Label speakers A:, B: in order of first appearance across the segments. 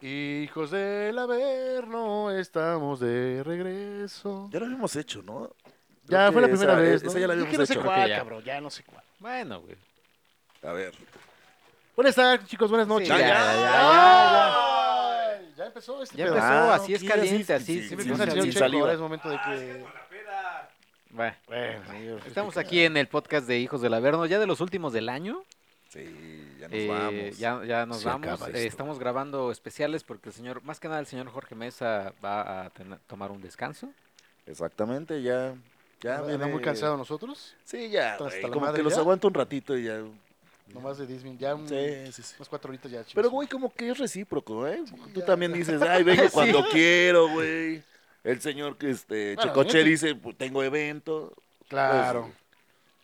A: Hijos del Averno, estamos de regreso.
B: Ya lo habíamos hecho, ¿no? Creo
A: Ya
B: que
A: fue la primera
B: esa- e-,
A: vez.
B: Esa ya la
A: Es que
B: habíamos
A: no sé
B: hecho.
A: cuál,
C: Ok, ya.
A: cabrón, ya no sé cuál.
C: Bueno, güey.
B: A ver.
A: Buenas tardes, chicos, buenas noches.
C: ya, ya,
A: ya,
C: ya,
A: ya. empezó este
C: Ya
A: pedo.
C: empezó,
B: Ah,
C: así
B: no
C: es
B: quieras,
C: caliente,
B: sí,
C: así.
B: sí,
C: sí
A: Sí,
C: me
A: me
B: sin-
A: gusta el
C: gusta.
A: señor
B: sin
A: Checo,
B: saliva.
A: ahora es momento de que...
B: Pues
C: Va.
A: Bueno, señor,
C: Estamos aquí en el podcast de Hijos del Averno, ya de los últimos del año.
B: Sí, ya nos
C: Eh,
B: vamos.
C: Ya, ya nos
B: Se
C: vamos.
B: acaba
C: Eh,
B: esto.
C: estamos grabando especiales porque el señor, más que nada el señor Jorge Mesa va a tener- tomar un descanso.
B: Exactamente, ya. Ya eh,
A: ¿no-
B: viene-
A: ¿no muy cansado nosotros?
B: Sí, ya.
A: Hasta
B: güey,
A: la
B: como
A: madre
B: que los
A: ya.
B: aguanto un ratito y ya.
A: Nomás de 10 mil, ya un-
B: Sí, sí, sí.
A: unas cuatro horitas ya, chicos.
B: Pero, güey, como que es recíproco, ¿eh? Tú
A: ya.
B: también dices, ay, vengo cuando quiero, güey. El señor que este,
A: Bueno,
B: Chicoche
A: fíjate.
B: dice, "Pues, tengo evento.
A: Claro.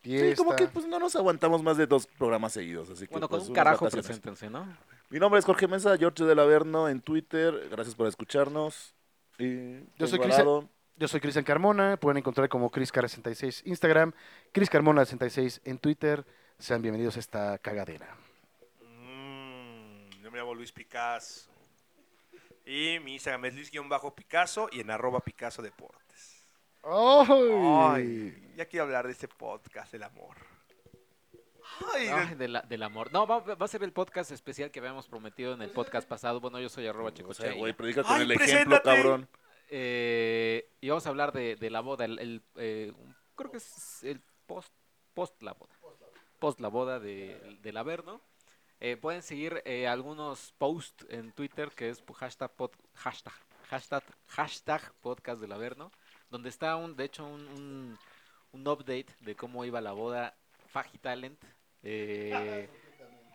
B: Sí, pues, como
A: Fiesta.
B: que pues no nos aguantamos más de dos programas seguidos. Así que,
C: Bueno, con
B: pues,
C: un
B: unas
C: carajo
B: vacaciones.
C: preséntense, ¿no?
B: Mi nombre es Jorge Mesa, George del Averno en Twitter. Gracias por escucharnos. Y pues,
A: Yo soy
B: tengo al
A: Cristian-
B: lado-
A: Yo soy Cristian Carmona, pueden encontrar como ChrisCar66 Instagram, ChrisCarmona66 en Twitter. Sean bienvenidos a esta cagadera.
D: Mm, yo me llamo Luis Picasso. Y mi Instagram es Luis-Picasso y en arroba Picasso Deportes. Ay, ya quiero hablar de este podcast, el amor. Ay,
C: Ay, de la- del amor. No, va, va a ser el podcast especial que habíamos prometido en el podcast pasado. Bueno, yo soy arroba
B: O
C: Chicoche.
B: sea, Pues, eh, güey, predica con
D: Ay,
B: el ejemplo,
D: preséntate.
B: cabrón.
C: Eh, y vamos a hablar de, de la boda. El, el, eh, un- creo que es el post, post la boda. Post la boda de, del Averno. Eh, pueden seguir eh, algunos posts en Twitter que es hashtag, pod- hashtag, hashtag, hashtag podcast del Averno, donde está un, de hecho un, un, un update de cómo iba la boda Faji Talent eh,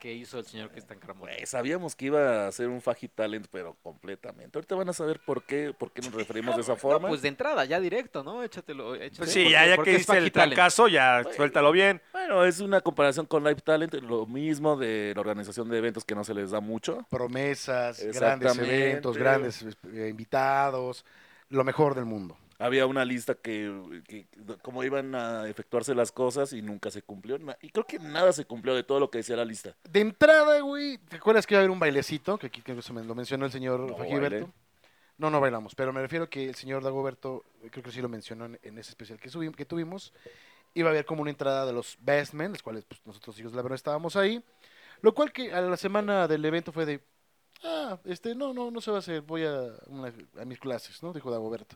C: que hizo el señor Cristian Carmona.
B: Güey, sabíamos que iba a ser un Faji Talent, pero completamente. Ahorita van a saber por qué, por qué nos referimos de esa forma.
C: Pues de entrada, ya directo, ¿no? Échatelo. échatelo,
D: Pues sí,
C: porque-
D: ya, ya
C: porque
D: que
C: es
D: hice
C: Faji
D: el
C: Talent.
D: trancazo, ya
B: Bueno.
D: suéltalo bien.
B: Bueno, es una comparación con Live Talent, lo mismo de la organización de eventos que no se les da mucho.
A: Promesas, grandes
B: Exactamente.
A: eventos, grandes eh, invitados, lo mejor del mundo.
B: Había una lista que, que cómo iban a efectuarse las cosas y nunca se cumplió. Na- Y creo que nada se cumplió de todo lo que decía la lista.
A: De entrada, güey, ¿te acuerdas que iba a haber un bailecito? Que aquí creo que se me- lo mencionó el señor
B: No
A: Fajiberto.
B: bailé.
A: No, no bailamos, pero me refiero que el señor Dagoberto, eh, creo que sí lo mencionó en, en ese especial que, subi- que tuvimos. Iba a haber como una entrada de los best men, los cuales pues, nosotros hijos de la verdad estábamos ahí. Lo cual que a la semana del evento fue de, ah, este, no, no, no se va a hacer, voy a, una- a mis clases, ¿no? Dijo Dagoberto.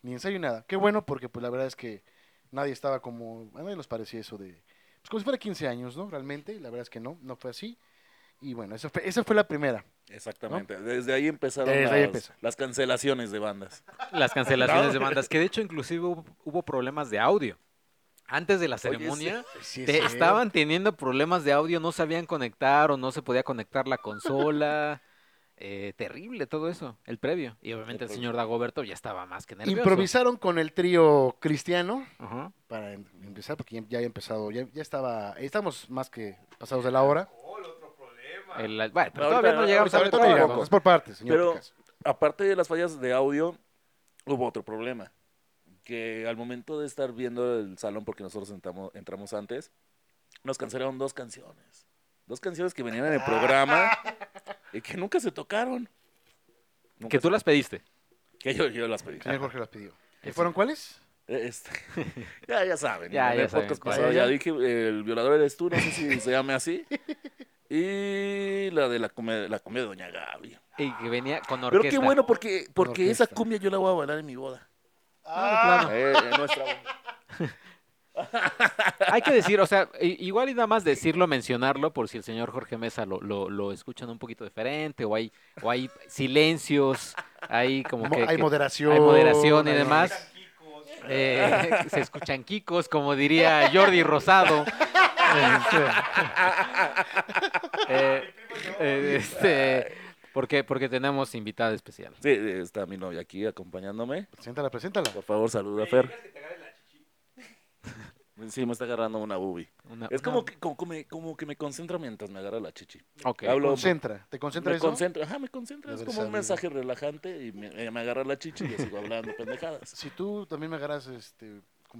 A: Ni ensayo ni nada. Qué bueno, porque pues la verdad es que nadie estaba como, a nadie nos parecía eso de, pues como si fuera 15 años, ¿no? Realmente, y la verdad es que no, no fue así. Y bueno, esa fue, esa fue la primera.
B: Exactamente. Desde ahí empezaron
A: Desde
B: las,
A: ahí empezó.
B: las cancelaciones de bandas.
C: las cancelaciones de bandas, que de hecho inclusive hubo, hubo problemas de audio. Antes de la ceremonia
A: Sí,
C: te- estaban teniendo problemas de audio, no sabían conectar o no se podía conectar la consola. Eh, terrible todo eso, el previo. Y obviamente el señor Dagoberto ya estaba más que nervioso.
A: Improvisaron con el trío cristiano
C: Ajá.
A: para em- empezar, porque ya, ya había empezado, ya, ya estaba, estamos más que pasados de la hora.
C: El- bueno, pero
B: Ahorita-
C: todavía no llegamos
A: Ahorita
B: ahorita-
C: a ver
B: ahorita
C: todo,
A: llegamos,
B: poco.
C: ¿no?
A: es por partes, señor.
B: Pero-
A: Picasso.
B: Aparte de las fallas de audio, hubo otro problema. Que al momento de estar viendo el salón, porque nosotros entramos, entramos antes, nos cancelaron dos canciones. Dos canciones que venían en el programa y que nunca se tocaron. Nunca
C: Que tú
B: se-
C: las pediste.
B: que yo, yo las pedí.
A: Señor Jorge las pidió. ¿Y fueron cuáles?
B: Este, ya, ya saben.
C: Ya,
B: en
C: ya
B: el
C: saben
B: podcast
C: cuál.
B: pasado
A: Ya,
B: ya
A: ya.
B: dije, el violador eres tú, no sé si se llame así. Y la de la cumbia, la cumbia de Doña Gaby.
C: Y que venía con
B: Pero
C: orquesta.
B: qué bueno, porque, porque esa
A: Orquesta.
B: cumbia yo la voy a bailar en mi boda.
C: Ah, de plano.
B: Eh, en nuestra boda.
C: Hay que decir, o sea, i- igual y nada más decirlo, mencionarlo, por si el señor Jorge Mesa lo, lo, lo escuchan un poquito diferente, o hay, o hay silencios, hay como
A: Mo-
C: que,
A: hay
C: que-
A: moderación.
C: hay moderación y
A: hay-
C: demás. Eh, se escuchan quicos, como diría Jordi Rosado. Este, Eh, eh, este, porque, porque tenemos invitada especial.
B: Sí, eh, está mi novia aquí acompañándome.
A: Preséntala, preséntala.
B: Por favor, saluda a Fer. Sí, me está agarrando una ubi.
C: Una-
B: Es como
C: una-
B: que, como, que me, como que me concentra mientras me agarra la chichi.
C: ok.
B: Hablo-
A: Concentra, ¿te concentra
B: me
A: eso?
B: concentra, ajá, me concentra. Es
A: Haber
B: como un
A: sabido.
B: mensaje relajante y me, eh, me agarra la chichi y yo sigo hablando pendejadas.
A: Si tú también me agarras este,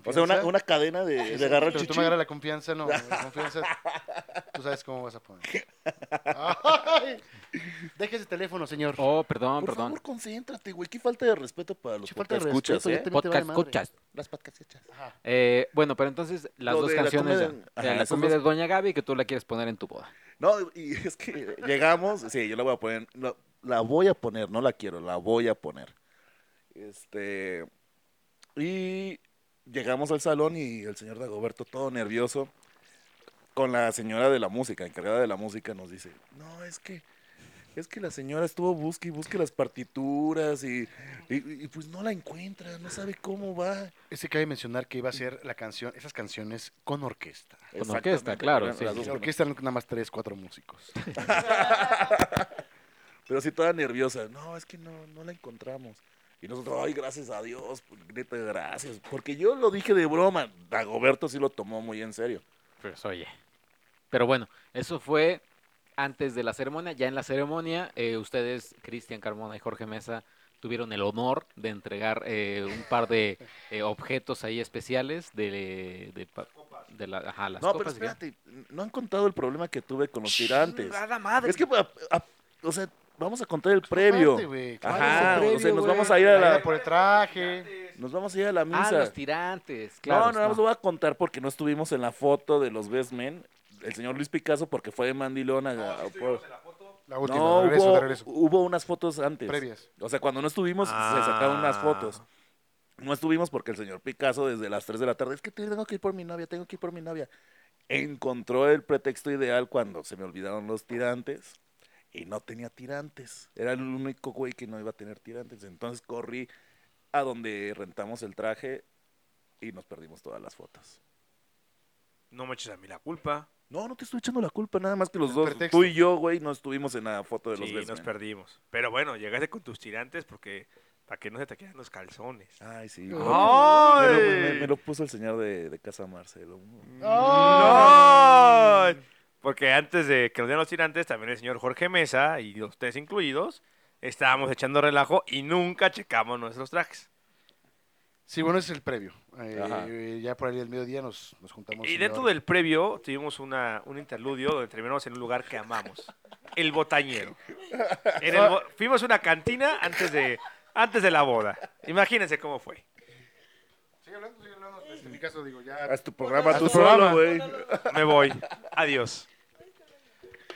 B: O sea, una,
A: confianza.
B: una cadena de, de agarrar
A: Pero
B: chichi.
A: tú me agarras la confianza, no. La confianza, tú sabes cómo vas a poner. Ay, deje ese teléfono, señor.
C: Oh, perdón,
B: Por
C: perdón.
B: favor, concéntrate, güey. Qué falta de respeto para los
A: Che, falta de
B: podcast escuchas,
A: respeto,
B: ¿eh?
A: ya te- También vale
C: Podcast
A: madre.
C: escuchas.
B: Las podcast escuchas.
A: Ajá.
C: Eh, bueno, pero entonces las
B: Lo
C: dos
B: de la
C: canciones.
B: cumbia de-
C: ya.
B: Ajá,
C: Eh, la
B: esas
C: cumbia
B: dos.
C: de Doña Gaby que tú la quieres poner en tu boda.
B: No, y es que llegamos, sí, yo la voy a poner, la, la voy a poner, no la quiero, la voy a poner. Este, y llegamos al salón y el señor Dagoberto, todo nervioso, con la señora de la música, encargada de la música, nos dice, no, es que, es que la señora estuvo busque y busque las partituras y, y- y pues no la encuentra, no sabe cómo va.
A: Ese cabe mencionar que iba a ser la canción, esas canciones con orquesta.
C: Con orquesta, claro,
B: Exactamente,
C: sí,
B: las
C: sí,
B: dos
A: La
B: con
A: orquesta eran nada más tres, cuatro músicos.
B: Pero sí toda nerviosa. No, es que no, no la encontramos. Y nosotros, ay, gracias a Dios, pues, neta, gracias. Porque yo lo dije de broma. Dagoberto sí lo tomó muy en serio.
C: Pues oye. Pero bueno, eso fue antes de la ceremonia. Ya en la ceremonia, eh, ustedes, Cristian Carmona y Jorge Mesa, tuvieron el honor de entregar eh, un par de eh, objetos ahí especiales de, de, pa- de la, ajá, las
B: no, pero
C: copas. y ya.
B: espérate, no han contado el problema que tuve con los tirantes.
D: Chingada madre.
B: Es que, a- a- o sea, vamos a contar el previo.
A: Aparte, güey, claro,
B: Ajá,
A: ese
B: o sea, nos
A: güey.
B: vamos a ir a
A: Baila
B: la,
A: por el traje.
B: nos vamos a ir a la
C: Ah,
B: misa.
C: los tirantes, claro.
B: no, no, no, los voy a contar porque no estuvimos en la foto de los best men. El señor Luis Picasso porque fue de Mandilón a... a- por-
A: La última,
B: no,
A: de regreso,
B: hubo,
A: de regreso.
B: hubo unas fotos antes.
A: Previas.
B: O sea, cuando no estuvimos,
D: Ah.
B: se sacaron unas fotos. No estuvimos porque el señor Picasso desde las 3 de la tarde, es que tengo que ir por mi novia, tengo que ir por mi novia. Encontró el pretexto ideal cuando se me olvidaron los tirantes y no tenía tirantes. Era el único güey que no iba a tener tirantes. Entonces corrí a donde rentamos el traje y nos perdimos todas las fotos.
D: No me eches a mí la culpa.
B: No, no te estoy echando la culpa, nada más que los dos,
A: pretexto.
B: tú y yo, güey, no estuvimos en la foto de los
D: Sí,
B: Best
D: nos
B: Men.
D: perdimos. Pero bueno, llegaste con tus tirantes porque para que no se te quedan los calzones.
B: Ay, sí.
A: Ay.
B: Me
D: ¡Ay!
B: lo, me- me lo puso el señor de, de Casa Marcelo.
A: ¡Ay!
D: ¡No! Mm. Porque antes de que nos dieran los tirantes, también el señor Jorge Mesa y ustedes incluidos, estábamos echando relajo y nunca checamos nuestros trajes.
A: Sí, bueno, ese es el previo.
B: Ajá.
A: Eh, ya por ahí el mediodía nos, nos juntamos.
D: Y
A: señor.
D: dentro del previo tuvimos una, un interludio donde terminamos en un lugar que amamos, el botañero. En el bo- fuimos a una cantina antes de, antes de la boda. Imagínense cómo fue.
A: Sigue hablando, sigue hablando. este, En mi caso, digo, ya.
B: Haz tu programa
A: Haz
B: tú
A: tu programa.
B: solo, güey.
D: Me voy. Adiós.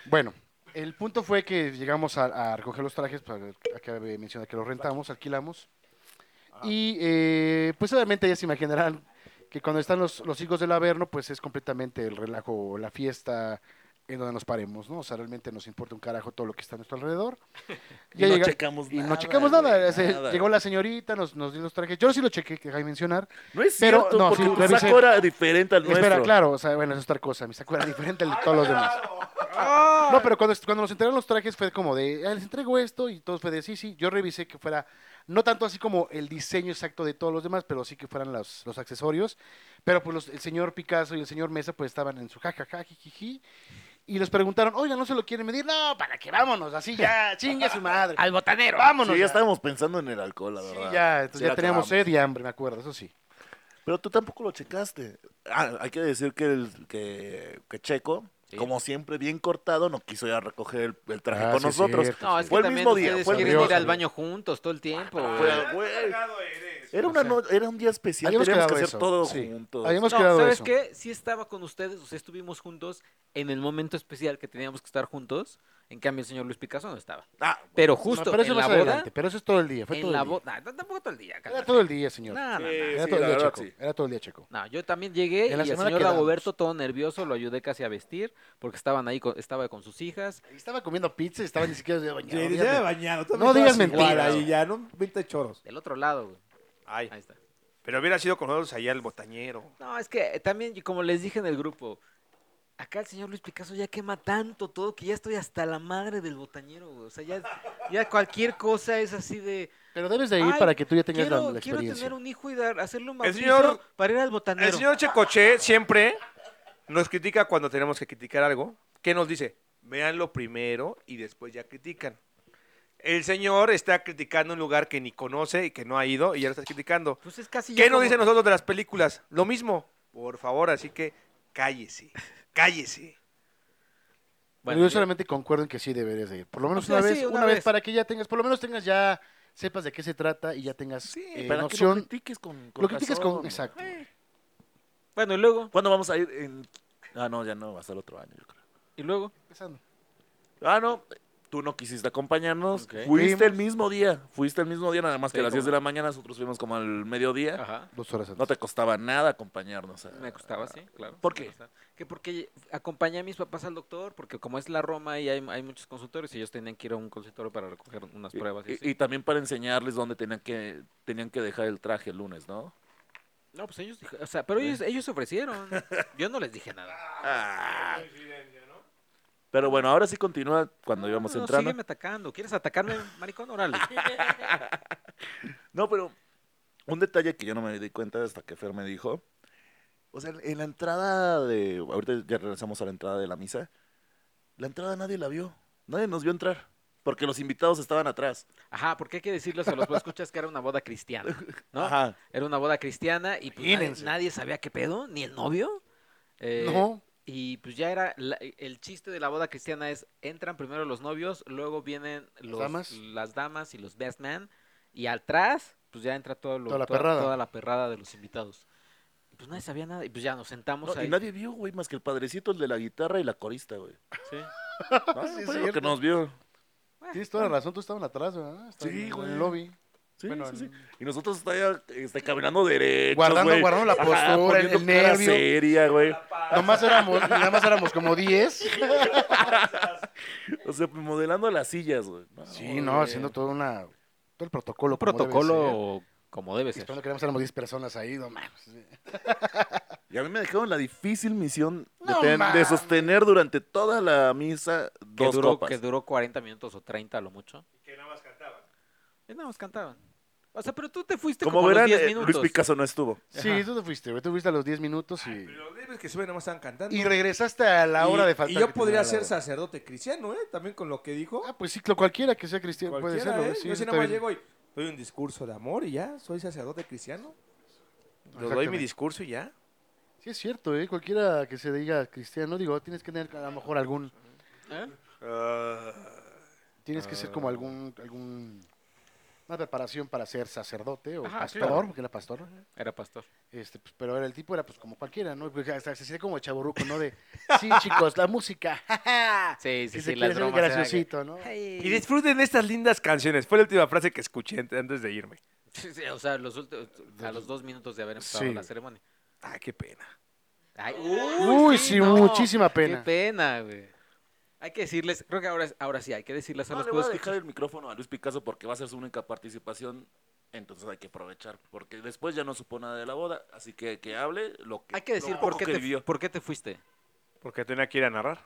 A: Bueno, el punto fue que llegamos a, a recoger los trajes, para, acá eh, menciona que los rentamos, alquilamos. Y eh, pues obviamente ya se imaginarán que cuando están los, los hijos del Averno, pues es completamente el relajo, la fiesta en donde nos paremos, ¿no? O sea, realmente nos importa un carajo todo lo que está a nuestro alrededor.
B: Y
A: Ya
B: no
A: llega-
B: checamos
A: y
B: nada.
A: no checamos
B: güey,
A: nada. O sea,
B: nada.
A: Llegó la señorita, nos, nos dio los trajes. Yo sí lo chequé, que hay mencionar.
B: No es
A: pero-
B: cierto,
A: no,
B: porque
A: sí,
B: tu
A: revisé.
B: saco era diferente al
A: Espera,
B: nuestro.
A: claro, o sea, bueno, eso es otra cosa. Mi saco era diferente al de todos los demás.
C: Ah.
A: No, pero cuando, cuando nos entregaron los trajes fue como de, "Ah, les entrego esto y todo fue de, sí, sí, yo revisé que fuera, no tanto así como el diseño exacto de todos los demás, pero sí que fueran los, los accesorios. Pero pues los- el señor Picasso y el señor Mesa pues estaban en su jajaja, jijiji. Y les preguntaron, oiga, ¿no se lo quieren medir? No, ¿para qué? Vámonos, así ya, chingue su madre.
C: Al botanero.
A: Vámonos.
B: Sí,
A: ya.
B: ya estábamos pensando en el alcohol, la
A: Sí,
B: verdad.
A: ya, entonces
B: Sí,
A: ya
B: la
A: teníamos eh.
B: cagamos.
A: sed y hambre, me acuerdo, eso sí.
B: Pero tú tampoco lo checaste. Ah, hay que decir que, el, que, que Checo,
C: Sí.
B: como siempre, bien cortado, no quiso ir a recoger el, el traje
A: Ah,
B: con
A: sí, es
B: nosotros.
A: cierto.
C: No, es que
B: Fue el
C: también
B: mismo día,
C: ustedes
B: fue el
C: quieren
B: mismo
C: ir al
B: día.
C: baño juntos todo el tiempo.
B: Fue-
C: güey.
B: güey.
D: eres.
B: Era, una
A: O sea,
B: no- era un día especial,
A: habíamos
B: teníamos que
A: quedado
B: hacer
A: eso,
B: todo
A: sí.
B: juntos.
A: Habíamos
C: No,
A: quedado
C: ¿sabes
A: eso.
C: qué? Sí estaba con ustedes, o sea, estuvimos juntos en el momento especial que teníamos que estar juntos. En cambio, el señor Luis Picasso no estaba.
B: Ah,
C: Pero
A: No,
C: justo
A: pero eso
C: en
A: más
C: la boda,
A: adelante, pero eso es todo el día, fue todo
C: en
A: el
C: la
A: día.
C: boda, no, tampoco todo el día,
A: Era
C: cálmate.
A: todo el día, señor.
C: No, no,
B: Sí,
C: no.
A: Era
B: sí,
A: todo el
B: la
A: día,
B: verdad,
A: Checo.
B: sí.
A: Era todo el día, Checo.
C: No, yo también llegué y
A: En
C: el
A: la semana
C: señor
A: quedamos.
C: Dagoberto todo nervioso lo ayudé casi a vestir porque estaban ahí, con- estaba con sus hijas.
A: Y Estaba comiendo pizza y estaba ni siquiera de bañado.
E: Sí,
A: fíjate.
B: "Ah,
E: ya me bañaron. tú
A: No
E: me
A: digas
E: estabas igual
A: mentiras.
E: Ahí ya, no viste choros.
C: Del otro lado, güey.
D: Ay,
C: Ahí está.
D: pero hubiera sido con nosotros allá el botañero.
C: No, es que eh, también, y como les dije en el grupo, acá el señor Luis Picasso ya quema tanto todo que ya estoy hasta la madre del botañero, güey. O sea, ya, ya cualquier cosa es así de...
A: Pero debes de ir
C: Ay,
A: para que tú ya tengas la-
C: quiero,
A: la,
C: quiero
A: experiencia.
C: tener un hijo y dar, hacerle un
D: El
C: bautizo
D: señor-
C: para ir al botanero.
D: El señor Checoche siempre nos critica cuando tenemos que criticar algo. ¿Qué nos dice? Veanlo primero y después ya critican. El señor está criticando un lugar que ni conoce y que no ha ido y ya lo está criticando.
C: Pues es casi ya
D: ¿Qué nos
C: como-
D: dicen nosotros de las películas? Lo mismo. Por favor, así que cállese. Cállese.
C: Bueno,
A: yo
C: ya-
A: solamente concuerdo en que sí deberías de ir. Por lo menos
C: O sea,
A: una
C: sí,
A: vez,
C: una
A: una vez
C: vez.
A: para que ya tengas, por lo menos tengas ya, sepas de qué se trata y ya tengas
B: Sí,
A: eh,
B: para que lo
A: noción.
B: critiques con, con
A: Lo critiques
B: razón.
A: con. Exacto.
C: bueno, y luego,
B: ¿Cuándo vamos a ir? En... Ah, no, ya no, hasta el otro año, yo creo.
C: y luego.
A: Empezando.
B: Ah, no, tú no quisiste acompañarnos.
C: Ok.
B: Fuiste
A: Fuimos.
B: el mismo día. Fuiste el mismo día, nada más que
C: Sí,
B: a las 10
C: como-
B: de la mañana. Nosotros fuimos como al mediodía.
C: Ajá.
A: Dos horas
B: No
A: antes.
B: te costaba nada acompañarnos. a-
C: Me costaba, sí, claro.
B: ¿Por qué?
C: Que porque acompañé a mis papás al doctor, porque como es la Roma y hay, hay muchos consultorios, y ellos tenían que ir a un consultorio para recoger unas
B: Y,
C: pruebas. Y,
B: y-
C: así.
B: y también para enseñarles dónde tenían que, tenían que dejar el traje el lunes, ¿no?
C: No, pues ellos, dij- o sea, pero ellos, ellos se ofrecieron. Yo no les dije nada.
B: Pero bueno, ahora sí continúa cuando íbamos
C: no,
B: entrando.
C: Sígueme atacando. ¿Quieres atacarme, maricón? Órale.
B: No, pero un detalle que yo no me di cuenta hasta que Fer me dijo. O sea, en la entrada de. Ahorita ya regresamos a la entrada de la misa. La entrada nadie la vio. Nadie nos vio entrar. Porque los invitados estaban atrás.
C: Ajá, porque hay que decirles a los escuchas que era una boda cristiana, ¿no?
B: Ajá.
C: Era una boda cristiana y pues nadie,
A: Imagínense.
C: nadie sabía qué pedo, ni el novio. Eh,
A: No.
C: Y pues ya era, la- el chiste de la boda cristiana es, entran primero los novios, luego vienen los,
A: damas.
C: las damas y los best man, y atrás, pues ya entra todo lo-
A: Toda la
C: toda,
A: perrada.
C: toda la perrada de los invitados. Y pues nadie sabía nada, y pues ya nos sentamos
B: No,
C: ahí.
B: y nadie vio, güey, más que el padrecito, el de la guitarra y la corista, güey.
C: Sí.
B: No,
A: Sí, es
B: fue lo que
A: cierto.
B: nos vio.
A: Tienes toda la razón, tú estabas atrás, ¿verdad? Estaban
B: Sí,
A: en
B: güey.
A: el lobby.
B: Sí,
A: Bueno,
B: sí, sí.
A: en-
B: Y nosotros todavía este, caminando derecho.
A: Guardando-
B: güey.
A: guardando la
B: Ajá,
A: postura,
B: poniendo
A: el
B: cara
A: nervio.
B: seria, güey.
A: Nomás éramos, nada más éramos como 10.
B: O sea, modelando las sillas, güey. No,
A: Sí, no,
B: güey.
A: haciendo todo una todo el protocolo. como debe ser.
C: Protocolo como debe ser.
A: Esperando que éramos- éramos 10 personas ahí, no mames.
B: Y a mí me dejaron la difícil misión de,
A: No
B: ten- de
A: mames.
B: sostener durante toda la misa
C: Que
B: dos
C: duró,
B: copas.
C: que duró 40 minutos o 30 a lo mucho.
D: Que nada más cantaban.
C: Y nada más cantaban. O sea, pero tú te fuiste como,
B: Como
C: a los
B: verán,
C: 10
B: eh, Luis
C: minutos.
B: Picasso no estuvo.
A: Sí, tú te fuiste, güey. Tú fuiste a los 10 minutos y,
D: Pero los libres que suben nada más estaban cantando.
A: y regresaste a la hora
D: Y-
A: de faltar.
D: Y
A: que
D: yo
A: tenía
D: podría
A: la
D: ser
A: hora.
D: sacerdote cristiano, ¿eh? También con lo que dijo.
A: Ah, pues sí, lo- cualquiera que sea cristiano puede
D: Cualquiera,
A: serlo.
D: ¿eh?
A: sí,
D: yo
A: eso
D: si
A: está
D: nada más
A: bien.
D: llego y doy un discurso de amor y ya, soy sacerdote cristiano. Yo doy mi
A: Exactamente.
D: discurso y ya.
A: Sí, es cierto, ¿eh? Cualquiera que se diga cristiano, digo, tienes que tener a lo mejor algún.
C: ¿Eh?
A: Ah. Tienes que ser como algún. algún una preparación para ser sacerdote o
C: Ajá,
A: pastor,
C: claro.
A: porque era pastor.
C: Era pastor.
A: Este, pues, pero era el tipo era pues como cualquiera, ¿no? Porque hasta se hacía como chaburruco, ¿no? De, sí, chicos, la música, jaja.
C: Sí, sí,
A: Y
C: sí,
A: se
C: las
A: quiere ser
C: bromas. eran que-
A: graciosito, ¿no?
D: Y disfruten estas lindas canciones. Fue la última frase que escuché ante- antes de irme.
C: Sí, sí, o sea, los últimos- a los dos minutos de haber empezado
A: Sí.
C: la ceremonia.
D: Ah, qué pena.
C: Ay,
A: Uy, sí,
C: no.
A: muchísima
C: Qué
A: pena.
C: pena, güey. Hay que decirles, creo que ahora, ahora sí, hay que decirles a
B: No,
C: los
B: le voy a
C: pueblos
B: dejar el micrófono a Luis Picasso porque va a ser su única participación. Entonces hay que aprovechar. Porque después ya no supo nada de la boda. Así que que hable lo que.
C: Hay que decir
B: lo
C: por
B: poco
C: qué,
B: que
C: te,
B: vivió.
C: por qué te fuiste.
D: Porque tenía que ir a narrar.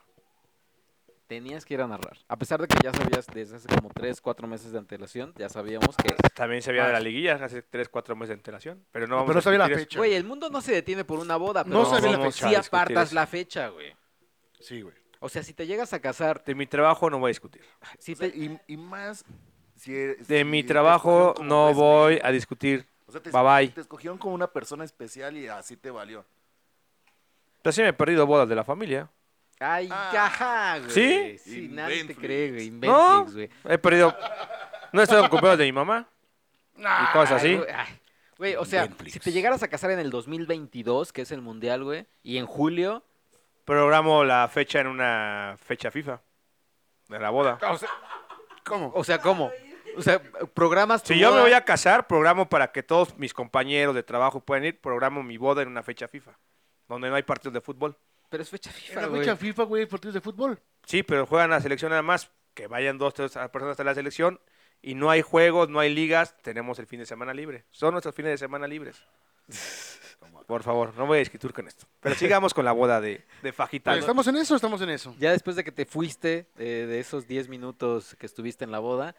C: Tenías que ir a narrar. A pesar de que ya sabías desde hace como 3, 4 meses de antelación, ya sabíamos que...
D: También se había de la liguilla hace 3, 4 meses de antelación. Pero no vamos
A: pero no
D: a
A: sabía la
D: discutir
A: fecha.
C: Güey, el mundo no se detiene por una boda, pero
A: No sabía la
C: sí
D: fecha. Vamos a discutir
C: apartas
D: eso.
C: la fecha, güey.
A: Sí, güey.
C: O sea, si te llegas a casar,
D: eso. De mi trabajo no voy a discutir.
C: si
B: O sea,
C: te...
B: y, y más. Si,
D: De mi trabajo no voy a discutir. Bye, bye.
B: Te escogieron como una persona especial y así te valió.
D: Pero sí me he perdido bodas de la familia.
C: Ay,
B: Ah.
C: ajá, güey.
D: ¿Sí?
C: Sí, nadie te
B: Inventflix.
C: cree, güey.
D: No,
C: Inventflix, güey.
D: he perdido. No he estado en cumpleaños de mi mamá. Y cosas
C: Ay,
D: así.
C: güey, ay. Güey, o sea,
B: Netflix.
C: si te llegaras a casar en el 2022, que es el mundial, güey, y en julio,
D: Programo la fecha en una fecha FIFA. De la boda.
C: Ah,
A: ¿Cómo?
C: o sea, ¿cómo? O sea, programas tu
D: Si yo me
C: boda-
D: voy a casar, programo para que todos mis compañeros de trabajo puedan ir, programo mi boda en una fecha FIFA, donde no hay partidos de fútbol.
C: Pero es fecha
A: En
C: FIFA,
A: la
C: güey.
A: fecha FIFA, güey, partidos de fútbol.
D: Sí, pero juegan la selección nada más, que vayan dos, tres personas hasta la selección, y no hay juegos, no hay ligas, tenemos el fin de semana libre. Son nuestros fines de semana libres. Por favor, no voy a discutir con esto. Pero sigamos con la boda de, de Fajita.
C: Pues
D: ¿no?
A: ¿Estamos en eso? Estamos en eso.
C: eh, Ya después de que te fuiste eh, de esos 10 minutos que estuviste en la boda,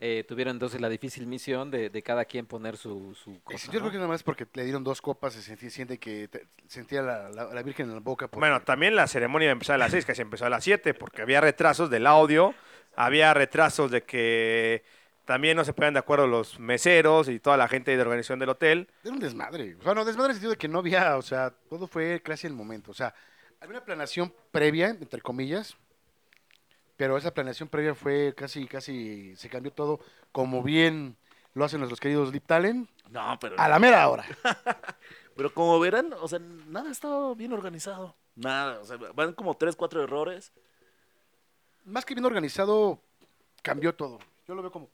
C: eh, tuvieron entonces la difícil misión de, de cada quien poner su, su
A: Y
C: cosa,
A: Eh, Yo creo
C: Pues ¿no?
A: que nada más porque le dieron dos copas y sentí- siente que te- sentía la, la- la Virgen en la boca. porque-
E: Bueno, también la ceremonia empezó a las 6, que se empezó a las 7, porque había retrasos del audio, había retrasos de que también no se ponían de acuerdo los meseros y toda la gente de organización del hotel.
A: Era un desmadre. O sea, no, desmadre en el sentido de que no había, o sea, todo fue casi el momento. O sea, había una planeación previa, entre comillas, pero esa planeación previa fue casi, casi, se cambió todo como bien lo hacen nuestros queridos Lip Talent,
B: No, pero,
A: a la mera hora.
B: pero como verán, o sea, nada estaba bien organizado. Nada, o sea, van como tres, cuatro errores.
A: Más que bien organizado, cambió todo. Yo lo veo como,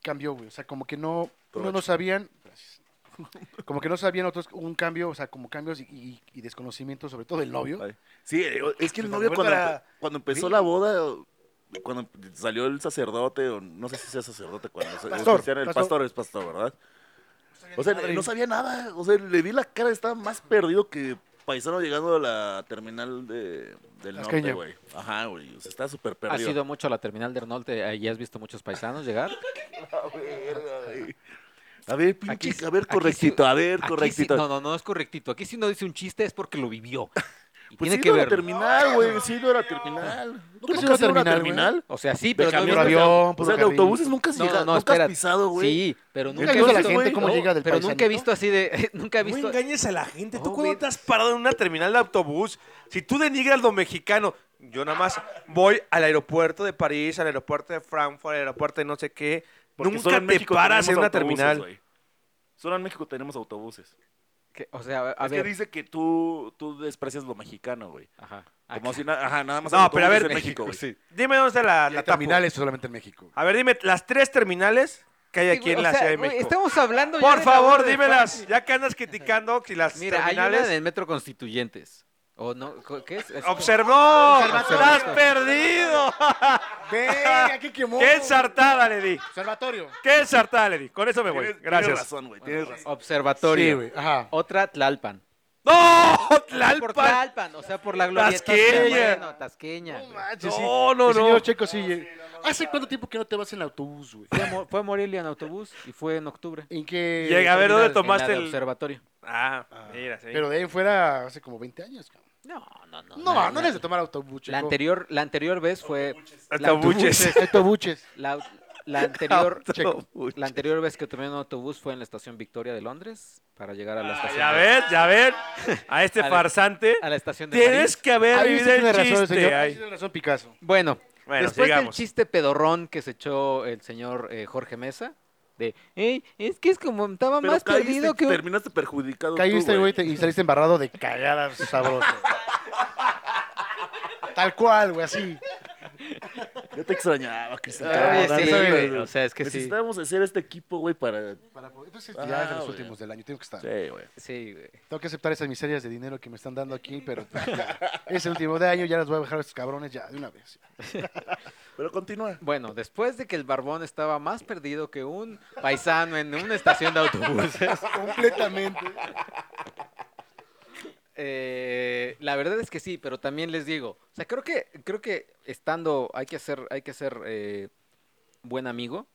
A: cambió, güey. O sea, como que no, unos no
B: Provecho.
A: sabían, gracias. como que no sabían otros, un cambio, o sea, como cambios y, y- y desconocimiento, sobre todo del novio.
B: Ay. Sí, es que el
A: Pues,
B: novio
A: Roberto
B: cuando,
A: era-
B: cuando empezó la boda, cuando salió el sacerdote, o no sé si sea sacerdote, cuando es- es
A: Pastor,
B: cristiano, el
A: pastor.
B: pastor es pastor, ¿verdad? O sea, no sabía nada, o sea, le vi la cara, estaba más perdido que paisano llegando a la terminal de, del norte,
A: Tasqueña.
B: güey. Ajá, güey, o sea, estaba súper
C: ¿Has
B: perdido.
C: ido mucho a la terminal del norte eh, y has visto muchos paisanos llegar?
B: A ver, pinche,
C: Aquí sí-
B: a ver,
C: aquí
B: correctito,
C: sí-
B: a ver,
C: Aquí sí-
B: correctito.
C: no, no, no es correctito. Aquí si no dice un chiste es porque lo vivió. Y
B: Pues
C: tiene
B: sí,
C: que
B: no era
C: ver.
B: terminal, güey, sí, no era terminal. ¿Nunca
A: has
B: has
A: ido a
B: ido a
A: terminal,
B: una terminal?
C: O sea, sí,
B: De
C: pero no
B: camión,
A: Puro
C: he visto-
A: avión,
B: O
A: puro
B: sea, de
A: carril.
B: autobuses nunca has
C: No,
B: llegado,
C: no,
B: nunca has
C: espérate.
B: pisado, güey.
C: Sí, pero nunca
A: Nunca
B: he
A: he
B: visto
A: visto a la
B: esto,
A: gente
B: güey,
A: cómo
B: no,
A: llega del
C: Pero
A: paisanito.
C: nunca he visto así de. Nunca he
D: No
C: visto.
D: engañes a la gente. ¿Tú
C: No,
D: cuando
C: güey.
D: te has parado en una terminal de autobús? Si tú denigras lo mexicano, yo nada más voy al aeropuerto de París, al aeropuerto de Frankfurt, al aeropuerto de no sé qué.
B: Porque solo
D: Nunca te
B: México
D: paras en
B: tenemos
D: una
B: autobuses,
D: terminal.
B: güey. Solo en México tenemos autobuses.
C: que- o sea, a
B: es
C: ver.
B: que dice que tú, tú desprecias lo mexicano, güey.
C: Ajá.
B: Como
C: Acá.
B: si na- ajá, nada más
D: No, pero a
B: autobuses
D: ver,
B: en México, güey.
D: sí. Dime dónde está la,
A: Y
D: la
A: hay
D: tapo.
A: terminales solamente en México.
D: A ver, dime las tres terminales que hay
C: Sí,
D: aquí
C: güey,
D: en
C: o
D: la
C: sea,
D: Ciudad de
C: güey,
D: México.
C: Estamos hablando ya
D: Por
C: de la
D: favor,
C: boda de
D: dímelas.
C: Juan.
D: Ya que andas criticando si las
C: Mira, hay una
D: terminales.
C: en el metro Constituyentes. ¿O no? co- ¿Qué es? Es-
D: ¡Observó!
A: Observatorio.
D: ¡Estás perdido!
A: Venga, qué quemó.
D: ¡Qué ensartada le di!
A: Observatorio.
D: ¡Qué ensartada le di! Con eso me voy.
B: Tienes- Tienes
D: Gracias.
B: razón, güey. Tienes razón.
C: Observatorio.
A: Ajá.
C: Otra Tlalpan.
D: ¡No!
C: Por
D: ¡Tlalpan!
C: Tlalpan, o sea, por la gloria.
D: Tasqueña.
C: Bueno, Tasqueña.
A: No
C: güey.
A: manches, sí.
D: No, no,
A: El señor
D: no.
A: Checo sí. eh. ¿Hace cuánto tiempo que no te vas en autobús, güey?
C: Fue a, Mo- fue a Morelia en autobús y fue en octubre.
A: ¿En qué?
D: Llega a
C: Terminal,
D: ver dónde
C: en la
D: tomaste
C: de
D: el.
C: observatorio.
D: Ah,
A: Ah,
D: mira, sí.
A: Pero de ahí en fuera hace como 20 años, cabrón.
C: No, no, no.
A: No,
C: la-
A: no
C: la-
A: eres de tomar autobús, Checo.
C: La anterior, la anterior vez fue. la-
D: Autobuches.
A: Autobuches.
C: La, la anterior,
A: Checo.
C: la anterior vez que tomé un autobús fue en la estación Victoria de Londres para llegar a la
D: Ah,
C: estación.
D: Ya ven, ya ven. A este
C: A ver.
D: farsante.
C: A la estación de
D: Tienes
C: París.
D: que haber
A: Ahí sí
D: vivido
A: tiene
D: el
A: razón, el señor.
D: chiste.
A: Ahí sí
D: ahí.
A: tiene razón Picasso.
C: Bueno,
D: Bueno,
C: después
D: sigamos.
C: del chiste pedorrón que se echó el señor eh, Jorge Mesa, de, "Ey, es que es como estaba
B: Pero
C: más
B: caíste,
C: perdido que... un-".
B: Terminaste perjudicado. tú,
A: Caíste, güey, te- y saliste embarrado de cagadas sabrosas. Tal cual, güey, así.
B: Yo te extrañaba, Cristian.
C: Oye,
B: cabrón,
C: sí,
B: dale,
C: güey,
B: güey.
C: o sea, es que sí.
B: Necesitábamos hacer este equipo, güey, para.
A: Para poder- pues,
B: Ah,
A: ya es de los
B: güey.
A: últimos del año, tengo que estar.
B: Sí, güey.
C: Sí, güey.
A: Tengo que aceptar esas miserias de dinero que me están dando aquí, pero pues, ya, es el último de año, ya las voy a bajar a estos cabrones ya, de una vez.
B: Pero continúa.
C: Bueno, después de que el barbón estaba más perdido que un paisano en una estación de autobuses,
A: Completamente.
C: eh, la verdad es que sí, pero también les digo, o sea, creo que, creo que estando, hay que ser, hay que ser eh, buen amigo,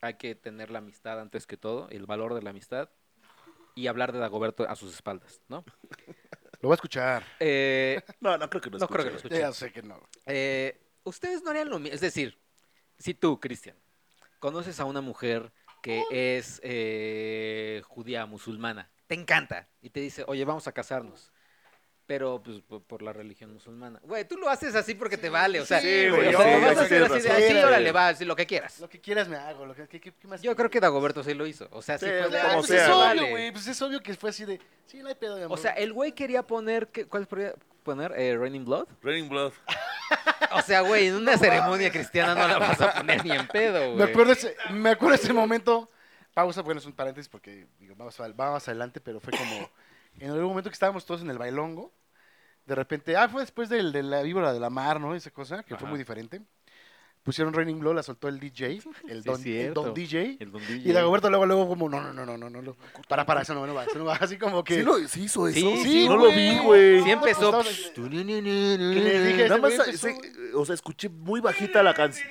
C: hay que tener la amistad antes que todo, el valor de la amistad, y hablar de Dagoberto a sus espaldas, ¿no?
A: Lo voy a escuchar.
C: Eh,
B: No, no creo que lo
C: No creo que lo
B: escuche,
C: escuche.
A: Ya sé que no.
C: Eh, ustedes no harían lo mismo. Es decir, si tú, Cristian, conoces a una mujer que es eh, judía musulmana, te encanta y te dice, oye, vamos a casarnos. Pero pues, po- por la religión musulmana. Güey, tú lo haces así porque te vale. O sea,
A: Sí,
C: o
A: güey,
C: sea,
A: yo-
C: lo vas
A: sí,
C: a hacer
A: tienes
C: así de
A: razón.
C: así,
A: Sí,
C: órale, va, así, lo que quieras.
A: Lo que quieras me hago. Lo que, ¿qué, qué- qué más
C: Yo creo que Dagoberto sí lo hizo. O sea, sí,
B: Sí,
C: fue
A: Pues,
C: de,
B: como
A: ah,
C: "Ah,
A: pues
C: te
B: sea.
A: es obvio,
C: vale".
A: güey. Pues es obvio que fue así de. Sí, no hay pedo de amor.
C: O sea, el güey quería poner, ¿qué- ¿cuál podría poner? Eh, Raining Blood.
B: Raining Blood.
C: O sea, güey, en una ceremonia cristiana no la vas a poner ni en pedo,
A: me,
C: güey.
A: acuerdo ese, me acuerdo ese momento. Pausa, bueno, es un paréntesis porque digo, vamos, a- vamos adelante, pero fue como. En algún momento que estábamos todos en el bailongo, de repente. Ah, fue después del, de la víbora de la mar, ¿no? Esa cosa, que
C: Ajá.
A: fue muy diferente. Pusieron Raining Blow, la soltó el DJ, el
C: es
A: don, el
C: cierto.
A: don DJ.
C: El don
A: Y Dagoberto luego, luego, como, no, no, no, no, no, no, no, para, para, eso no, va, no va, eso no va, así como que.
B: Sí, lo, sí hizo eso.
C: Sí,
A: sí,
B: no lo
A: güey.
B: vi, güey.
C: Sí empezó.
A: Pues,
C: psh,
A: estaba-
C: tu, ni, ni, ni, ni,
A: les
C: ni.
A: dije?
B: Nada
A: Ese
B: más, eh,
A: güey empezó-
B: sí, o sea, escuché muy bajita la canción.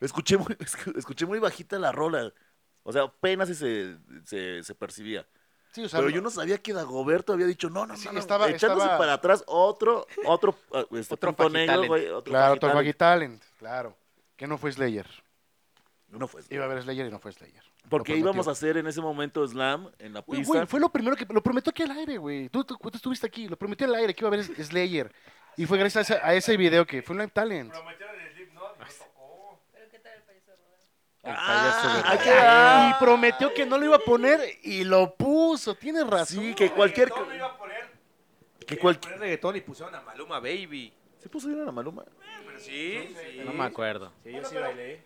B: Escuché muy, escu- escuché muy bajita la rola. O sea, apenas si se, se, se percibía.
A: Sí, o sea,
B: Pero yo no sabía que Dagoberto había dicho, no, no,
A: Sí,
B: no, no,
A: estaba-
B: Echándose
A: estaba-
B: para atrás otro, otro, ah, este,
C: Otro
B: punto
C: Fagitalent.
B: negro, güey. Otro
A: Claro,
B: Fagitalent.
A: Tolbagi Talent, claro. Que no fue Slayer.
B: No fue.
A: Iba a haber Slayer y no fue Slayer. Lo
B: Porque
A: prometió.
B: íbamos a hacer en ese momento slam en la
A: Güey,
B: pista.
A: güey, fue lo primero que... Lo prometió aquí al aire, güey. Tú, tú- tú estuviste aquí, lo prometió al aire que iba a haber Slayer. Y fue gracias a ese, a ese video que fue un live talent.
D: Prometieron el Slipknot y no tocó.
F: Pero qué tal el payaso Rodolfo?
A: El
B: Ah,
A: payaso de-
B: hay que dar.
A: Y prometió que no lo iba a poner y lo puso. Tienes razón.
B: Sí, que cualquier.
D: Reggaetón no iba a poner.
B: Que
D: iba a
B: cual-
D: poner reggaetón y pusieron a Maluma Baby.
B: ¿Se puso bien a la Maluma?
D: Pero sí, sí.
C: No me acuerdo.
D: Sí, yo sí bailé.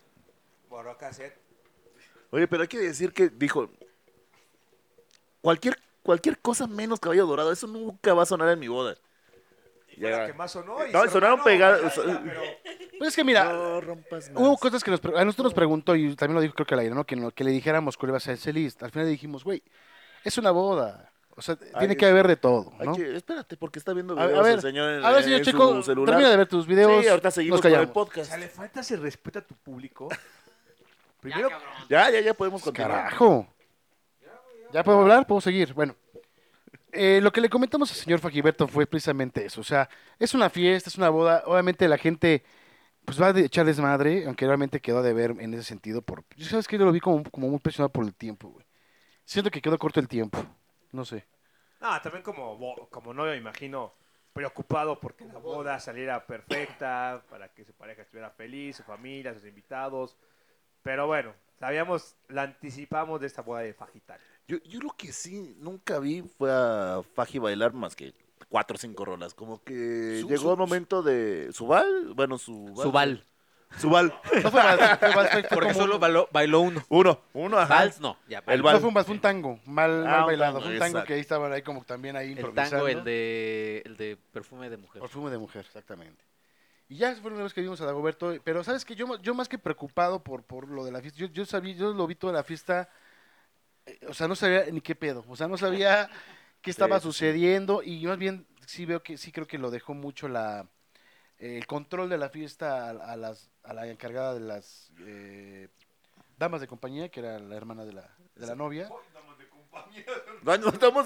D: Borró cassette.
B: Oye, pero hay que decir que dijo. Cualquier, cualquier cosa menos caballo dorado, eso nunca va a sonar en mi boda.
D: Y fue
B: Ya.
D: la que más sonó. y
B: No,
D: su
B: sonaron
D: hermano,
B: pegadas.
D: bailaba, pero-
A: Pues es que mira,
B: No rompas más.
A: hubo cosas que nos, pre- a nosotros nos preguntó y también lo dijo creo que al aire, ¿no? Que, no- que le dijéramos cuál iba a ser ese list. Al final le dijimos, güey, es una boda. O sea, tiene que haber de todo,
B: Ay,
A: ¿no?
B: que- espérate, porque está viendo
A: A, a
B: videos
A: ver,
B: el señor en,
A: a ver,
B: en
A: señor
B: su
A: Chico,
B: celular.
A: termina de ver tus videos.
B: sí, ahorita seguimos
A: nos
B: con el
A: callamos.
D: O
B: podcast.
D: sea, le falta ese respeto a tu público. Primero,
B: Ya, ya, ya podemos continuar.
A: Carajo. ¿Ya puedo hablar? ¿Puedo seguir? Bueno. eh, lo que le comentamos al señor Fagiberto fue precisamente eso. O sea, es una fiesta, es una boda. Obviamente la gente pues va a de- echar desmadre, aunque realmente quedó de ver en ese sentido. Por... Yo sabes que yo lo vi como, como muy presionado por el tiempo, güey. Siento que quedó corto el tiempo. No sé.
E: No, también como, bo- como no me imagino preocupado porque la boda saliera perfecta, para que su pareja estuviera feliz, su familia, sus invitados. Pero bueno, sabíamos, la anticipamos de esta boda de Fagital.
B: Yo, yo lo que sí nunca vi fue a Faji bailar más que cuatro o cinco rolas. Como que
D: Su-
B: llegó
D: su-
B: el momento de. ¿Subal? Bueno, su.
C: Subal.
B: Subal.
A: No fue más, fue más- fue
C: Porque
A: como un-
C: solo bailó, bailó uno.
B: Uno. Uno, ajá.
C: Vals no. Ya,
B: El
C: vals.
B: vals.
A: no fue un, vals, fue un tango, mal,
B: Ah,
A: mal
B: un
A: bailado.
B: tango,
A: Fue un tango
B: exacto.
A: que ahí estaban ahí como también ahí
C: El
A: improvisando.
C: tango, el de, el de perfume de mujer.
A: Perfume de mujer, exactamente. Y ya fue la vez que vimos a Dagoberto. Pero sabes que yo, ma- yo más que preocupado por, por lo de la fiesta, yo, yo sabía, yo lo vi toda la fiesta, eh, o sea, no sabía ni qué pedo, o sea, no sabía qué estaba
B: sí, sí.
A: sucediendo y más bien sí veo que sí creo que lo dejó mucho la eh, el control de la fiesta a, a las, a la encargada de las eh, damas de compañía, que era la hermana de la, de la novia.
B: No, no estamos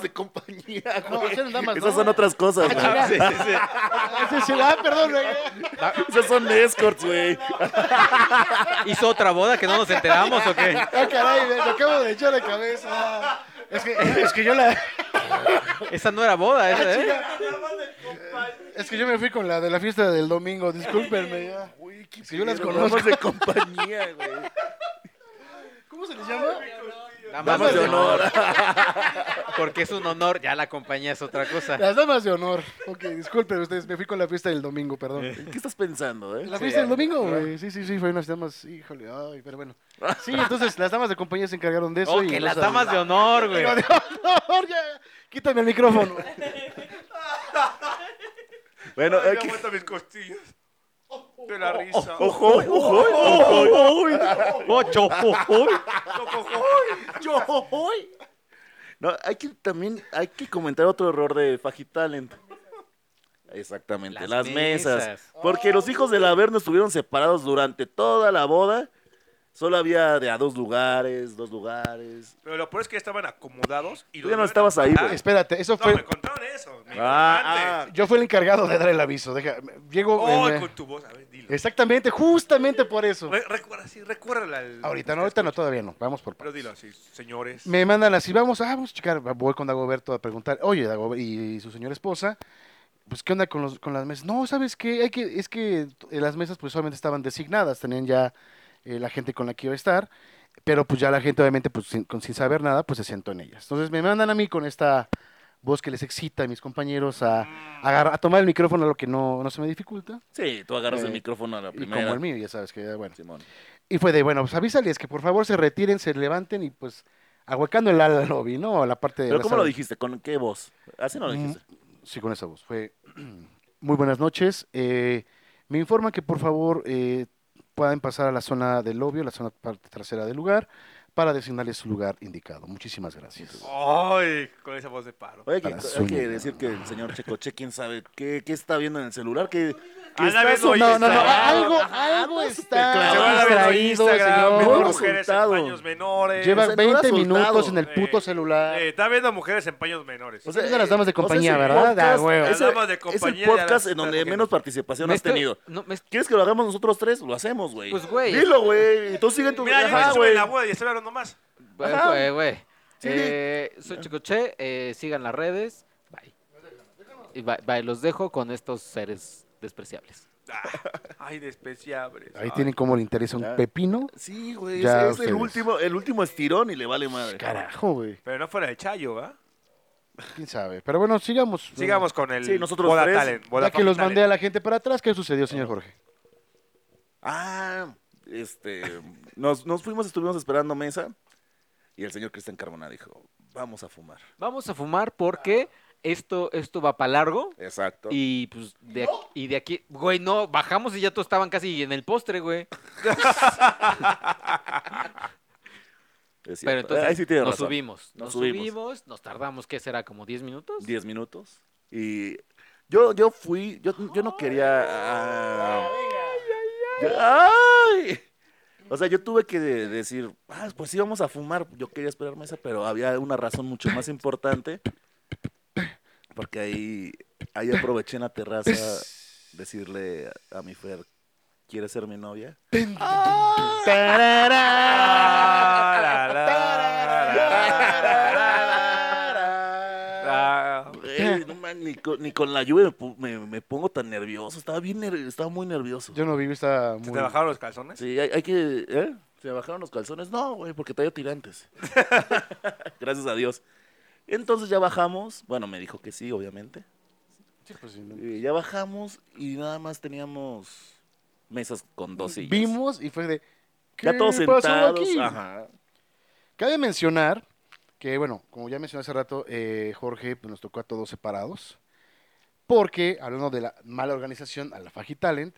B: de compañía,
A: No,
B: Ah, güey.
A: eran damas,
B: Esas
A: ¿no?
B: son otras cosas, güey.
A: Ah, sí, sí, ah, perdón, güey.
B: Esas son escorts, güey.
C: ¿Hizo otra boda que no nos enteramos o qué?
A: Ah, caray, me, me acabo de echar la cabeza. Es que, es que yo la.
C: Esa no era boda, esa, ¿eh?
A: Es que yo me fui con la de la fiesta del domingo, discúlpenme ya.
B: Güey, qué
A: Es que yo las
B: pedo,
A: conozco.
B: damas de compañía, güey.
A: ¿Cómo se les llama?
C: Damas
B: Damas de honor.
C: Porque es un honor, ya la compañía es otra cosa.
A: Las damas de honor. Ok, disculpen ustedes, me fui con la fiesta del domingo, perdón.
B: ¿Qué estás pensando, eh?
A: ¿La fiesta del domingo? güey? Sí, sí, sí, fue unas damas, híjole, ay, pero bueno. Sí, entonces las damas de compañía se encargaron de eso.
C: Oh,
A: y
C: que
A: no
C: las
A: sabía.
C: damas de honor, güey.
A: Pero de honor, ya, quítame el micrófono.
B: Bueno,
D: Ay,
B: eh,
D: me
B: que-
D: aguanto mis costillas. De la risa.
B: ojo, ojo, ojo,
C: Ocho, ojo.
B: No, hay que también hay que comentar otro error de Faji Talent. Exactamente,
C: Las
B: las, mesas.
C: mesas.
B: Porque los hijos del Averno estuvieron separados durante toda la boda. Solo había de a dos lugares, dos lugares.
D: Pero lo peor es que ya estaban acomodados. Y
B: Tú
D: lo
B: ya no
D: iban a
B: estabas ahí,
D: pagar.
B: güey.
A: Espérate, eso
D: No, me
A: fue.
D: contaron eso. me
B: Ah,
A: Yo fui el encargado de dar el aviso. Deja,
E: ah,
A: llego.
D: contaron.
A: eh,
D: Oh, con tu voz. A ver, dilo.
A: Exactamente, justamente por eso.
D: Re- recuerda, sí, recuérdala. al-
A: Ahorita no, ahorita no, todavía no. Vamos por
D: Pero
A: partes.
D: dilo así, señores.
A: Me mandan así, vamos, ah, vamos a checar. Voy con Dagoberto a preguntar, oye, Dagoberto y, su señora esposa, pues, ¿qué onda con, los, con las mesas? No, ¿sabes qué? Hay que, es que eh, las mesas, pues, solamente estaban designadas, tenían ya eh, la gente con la que iba a estar, pero pues ya la gente, obviamente, pues, sin, con- sin saber nada, pues se sentó en ellas. Entonces me mandan a mí con esta voz que les excita a mis compañeros a, a agarrar- a tomar el micrófono, lo que no, no se me dificulta,
B: Sí, tú agarras
A: Eh,
B: el micrófono a la
A: y
B: primera.
A: como el mío, ya sabes que, bueno.
B: Simón.
A: Y fue de, bueno, pues avísales que por favor se retiren, se levanten y pues ahuecando el ala al lobby, ¿no? La parte de...
B: Pero
A: la
B: ¿cómo lo
A: sala.
B: dijiste? ¿Con qué voz? Así no lo dijiste.
A: Sí, con esa voz. Fue, muy buenas noches. eh, me informan que por favor eh, puedan pasar a la zona del lobby, a la zona parte trasera del lugar, para designarle su lugar indicado. Muchísimas gracias.
D: Ay, con esa voz de paro.
B: Oye, que-
A: Para
B: hay que
A: Zúñiga.
B: decir que el señor Checoche, quién sabe qué, qué está viendo en el celular, que
D: Anda
A: No,
D: viendo
A: no, no,
D: Instagram.
A: algo,
B: Ajá,
A: algo
B: anda
A: está
D: este Se van a ver en
A: distraído,
D: Instagram,
A: señor.
D: viendo
B: Puro
D: mujeres en
B: resultado.
D: paños menores.
A: Lleva
B: señor
A: 20
B: asustado.
A: minutos en el puto
D: Eh,
A: celular.
D: Eh, está viendo mujeres en paños menores.
A: Es de las damas de
B: eh, o sea,
A: compañía,
B: es el
A: ¿verdad? Ah, huevo.
B: es,
D: Las
B: el-
D: damas de
B: es el
D: compañía de
B: podcast
D: las-
B: en donde
D: las que
B: menos
D: no.
B: participación
C: Me
B: has
C: estoy-
B: tenido.
C: no, me
B: ¿Quieres que lo hagamos nosotros tres? Lo hacemos, güey.
C: Pues, güey.
B: Dilo, güey. Y tú sigue tu...
D: Mira, yo
B: Ajá,
D: estuve
B: güey.
D: en la boda y estoy hablando más.
C: Güey,
B: Ajá.
C: güey, Pues, güey.
B: Sí,
C: Eh, soy Chicoche, eh, sigan las redes. Bye. Y bye, bye, los dejo con estos seres despreciables.
D: Ah, ay, despreciables.
A: Ahí
D: Ay.
A: tienen como le interesa un
B: Ya.
A: pepino.
B: Sí, güey. Es,
A: Ya
B: es el,
A: ustedes.
B: último, el último estirón y le vale madre.
A: Carajo, güey.
D: Pero no fuera de Chayo, ¿va?
A: ¿Quién sabe? Pero bueno, sigamos.
D: Sigamos con el
B: Sí, nosotros
D: Boda
B: tres,
D: Talent. Boda
A: Ya que los
D: Talent.
A: mandé a la gente para atrás, ¿qué sucedió, señor Jorge?
B: Ah, este. Nos, nos fuimos, estuvimos esperando mesa. Y el señor Cristian Carbona dijo: Vamos a fumar.
C: Vamos a fumar porque esto, esto va para largo.
B: Exacto.
C: Y pues de aquí, y de aquí, güey, no, bajamos y ya todos estaban casi en el postre, güey.
B: Es cierto.
C: Pero entonces
B: Ahí sí tiene
C: nos
B: razón.
C: subimos,
B: Nos
C: nos
B: subimos.
C: subimos. nos tardamos, ¿qué será? ¿Como 10 minutos?
B: 10 minutos. Y yo, yo fui, yo, yo no quería. ah, yo- ¡Ay! O sea, yo tuve que de- decir, ah, pues sí, vamos a fumar. Yo quería esperar mesa, pero había una razón mucho más importante. Porque ahí, ahí aproveché en la terraza decirle a, a mi Fer, ¿quieres ser mi novia?
D: Ah, la, la, la, la, la, la, la.
B: Güey, no man, ni, con, ni con la lluvia me, pu- me- me pongo tan nervioso. Estaba bien nervioso, estaba muy nervioso.
A: Yo no vivo, está muy...
D: ¿Se ¿Te bajaron los calzones?
B: Sí, hay, hay que. ¿Eh? ¿Se bajaron los calzones? No, güey, porque traía tirantes. Gracias a Dios. Entonces ya bajamos. Bueno, me dijo que sí, obviamente.
A: Sí, pues, sí, no.
B: Eh, ya bajamos y nada más teníamos mesas con dos sillas.
A: Vimos y fue de... ¿Qué
B: ya todos
A: pasó
B: sentados.
A: aquí?
B: Ajá.
A: Cabe mencionar que, bueno, como ya mencioné hace rato, eh, Jorge pues, nos tocó a todos separados. Porque, hablando de la mala organización, a la Faji Talent,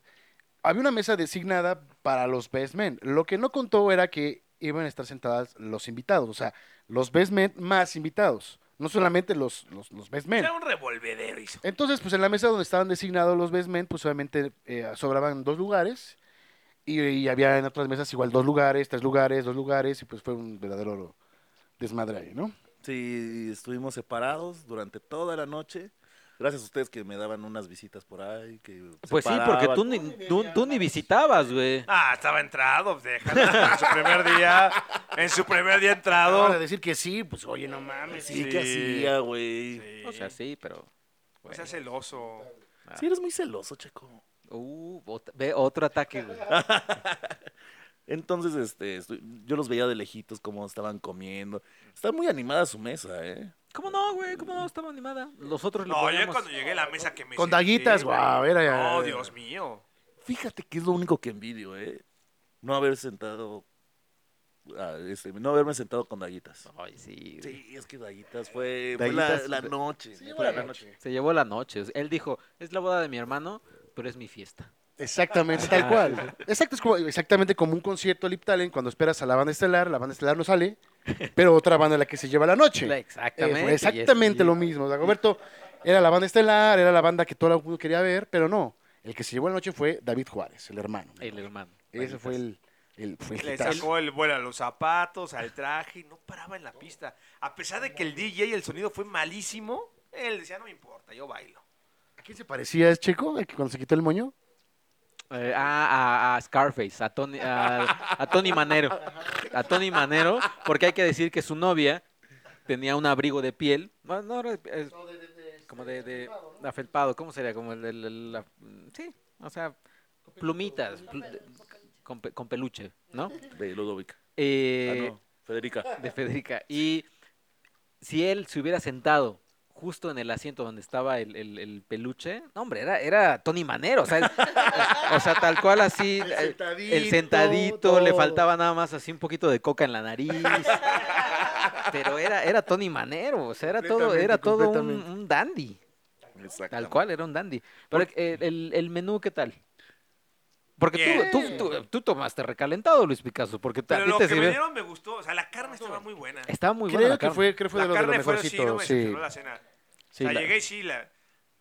A: había una mesa designada para los best men. Lo que no contó era que iban a estar sentadas los invitados. O sea, los best men más invitados. No solamente los, los, los best men.
D: Era un revolvedero, hizo.
A: Entonces, pues en la mesa donde estaban designados los best men, pues obviamente eh, sobraban dos lugares. Y, y había en otras mesas igual dos lugares, tres lugares, dos lugares. Y pues fue un verdadero desmadre ahí, ¿no?
B: Sí, estuvimos separados durante toda la noche. Gracias a ustedes que me daban unas visitas por ahí. Que se
C: Pues sí, porque
B: paraban.
C: tú ni, tú, tú ni visitabas, güey.
D: Ah, estaba entrado, déjala. En su primer día, en su primer día
A: Ahora
D: entrado.
A: decir que sí, pues oye, no mames.
B: Sí,
D: Sí.
B: que hacía, güey.
D: Sí.
C: O sea, sí, pero...
D: No seas celoso.
B: sí, eres muy celoso, Checo.
C: Uh, ot- ve otro ataque, güey.
B: Entonces, este, estu- yo los veía de lejitos cómo estaban comiendo. Está muy animada su mesa, ¿eh?
C: ¿Cómo no, güey? ¿Cómo no? Estaba animada. Nosotros lo
D: No, yo
C: poníamos-
D: cuando llegué a la mesa que me
A: Con
D: senté,
A: daguitas,
D: güey.
A: guau, eh. era ya-
D: No, Dios mío.
B: Fíjate que es lo único que envidio, ¿eh? No haber sentado, ah, este, no haberme sentado con Daguitas.
C: Ay, sí, güey.
B: Sí, es que Daguitas fue, fue la-
A: Daguitas-
B: la, noche. fue la noche.
C: Se llevó la noche. o sea, Él dijo, es la boda de mi hermano, pero es mi fiesta.
A: Exactamente, tal cual. Exacto, es como, exactamente como un concierto Lip Talent cuando esperas a la banda estelar, la banda estelar no sale, pero otra banda es la que se lleva la noche.
C: La- Exactamente.
A: Eh,
C: y
A: fue
C: es-
A: exactamente
C: y-
A: lo mismo. Dagoberto era la banda estelar, era la banda que todo el mundo quería ver, pero no. El que se llevó la noche fue David Juárez, el hermano.
C: El hermano.
A: Ese fue el, el, fue el
D: Le
A: hitazo.
D: sacó el vuelo a los zapatos, al traje, y no paraba en la pista. A pesar de que el DJ y el sonido fue malísimo, él decía, no me importa, yo bailo.
A: ¿A quién se parecía ese chico el que cuando se quitó el moño?
C: Eh, ah, a, a Scarface, a Tony, a, a Tony Manero. A Tony Manero, porque hay que decir que su novia tenía un abrigo de piel. No, no, era- es como de, de afelpado, ¿cómo sería? Como el, el- el- la- sí, o sea, plumitas, pl- de- con, pe- con peluche, ¿no?
B: De Ludovic. Ah,
C: Eh,
B: no, Federica.
C: de Federica. Y si él se hubiera sentado justo en el asiento donde estaba el, el- el peluche, no, hombre, era, era Tony Manero, o sea, el- o sea, tal cual así, eh, el sentadito, le
A: todo.
C: faltaba nada más así un poquito de coca en la nariz. Pero era, era Tony Manero, o sea, era todo,
A: Completamente,
C: era todo un,
A: completamente.
C: un dandy,
B: Exactamente.
C: tal cual, era un dandy. Pero el, el- el menú, ¿qué tal? Porque
D: Bien.
C: tú, tú, tú, tú tomaste recalentado, Luis Picasso, porque tú- a
D: Pero
C: ti
D: lo
C: te
D: que me
C: sirvió-
D: dieron me gustó. O sea, la carne estaba muy buena.
C: Estaba muy buena
A: Creo
C: la
A: que
C: carne.
A: Este fue, creo que fue de
D: la
A: lo, de lo
D: carne fue sí, no
A: mejorcito.
D: me
A: Sí,
D: decepcionó la cena.
A: sí,
D: o sea,
A: la-
D: llegué y sí, la,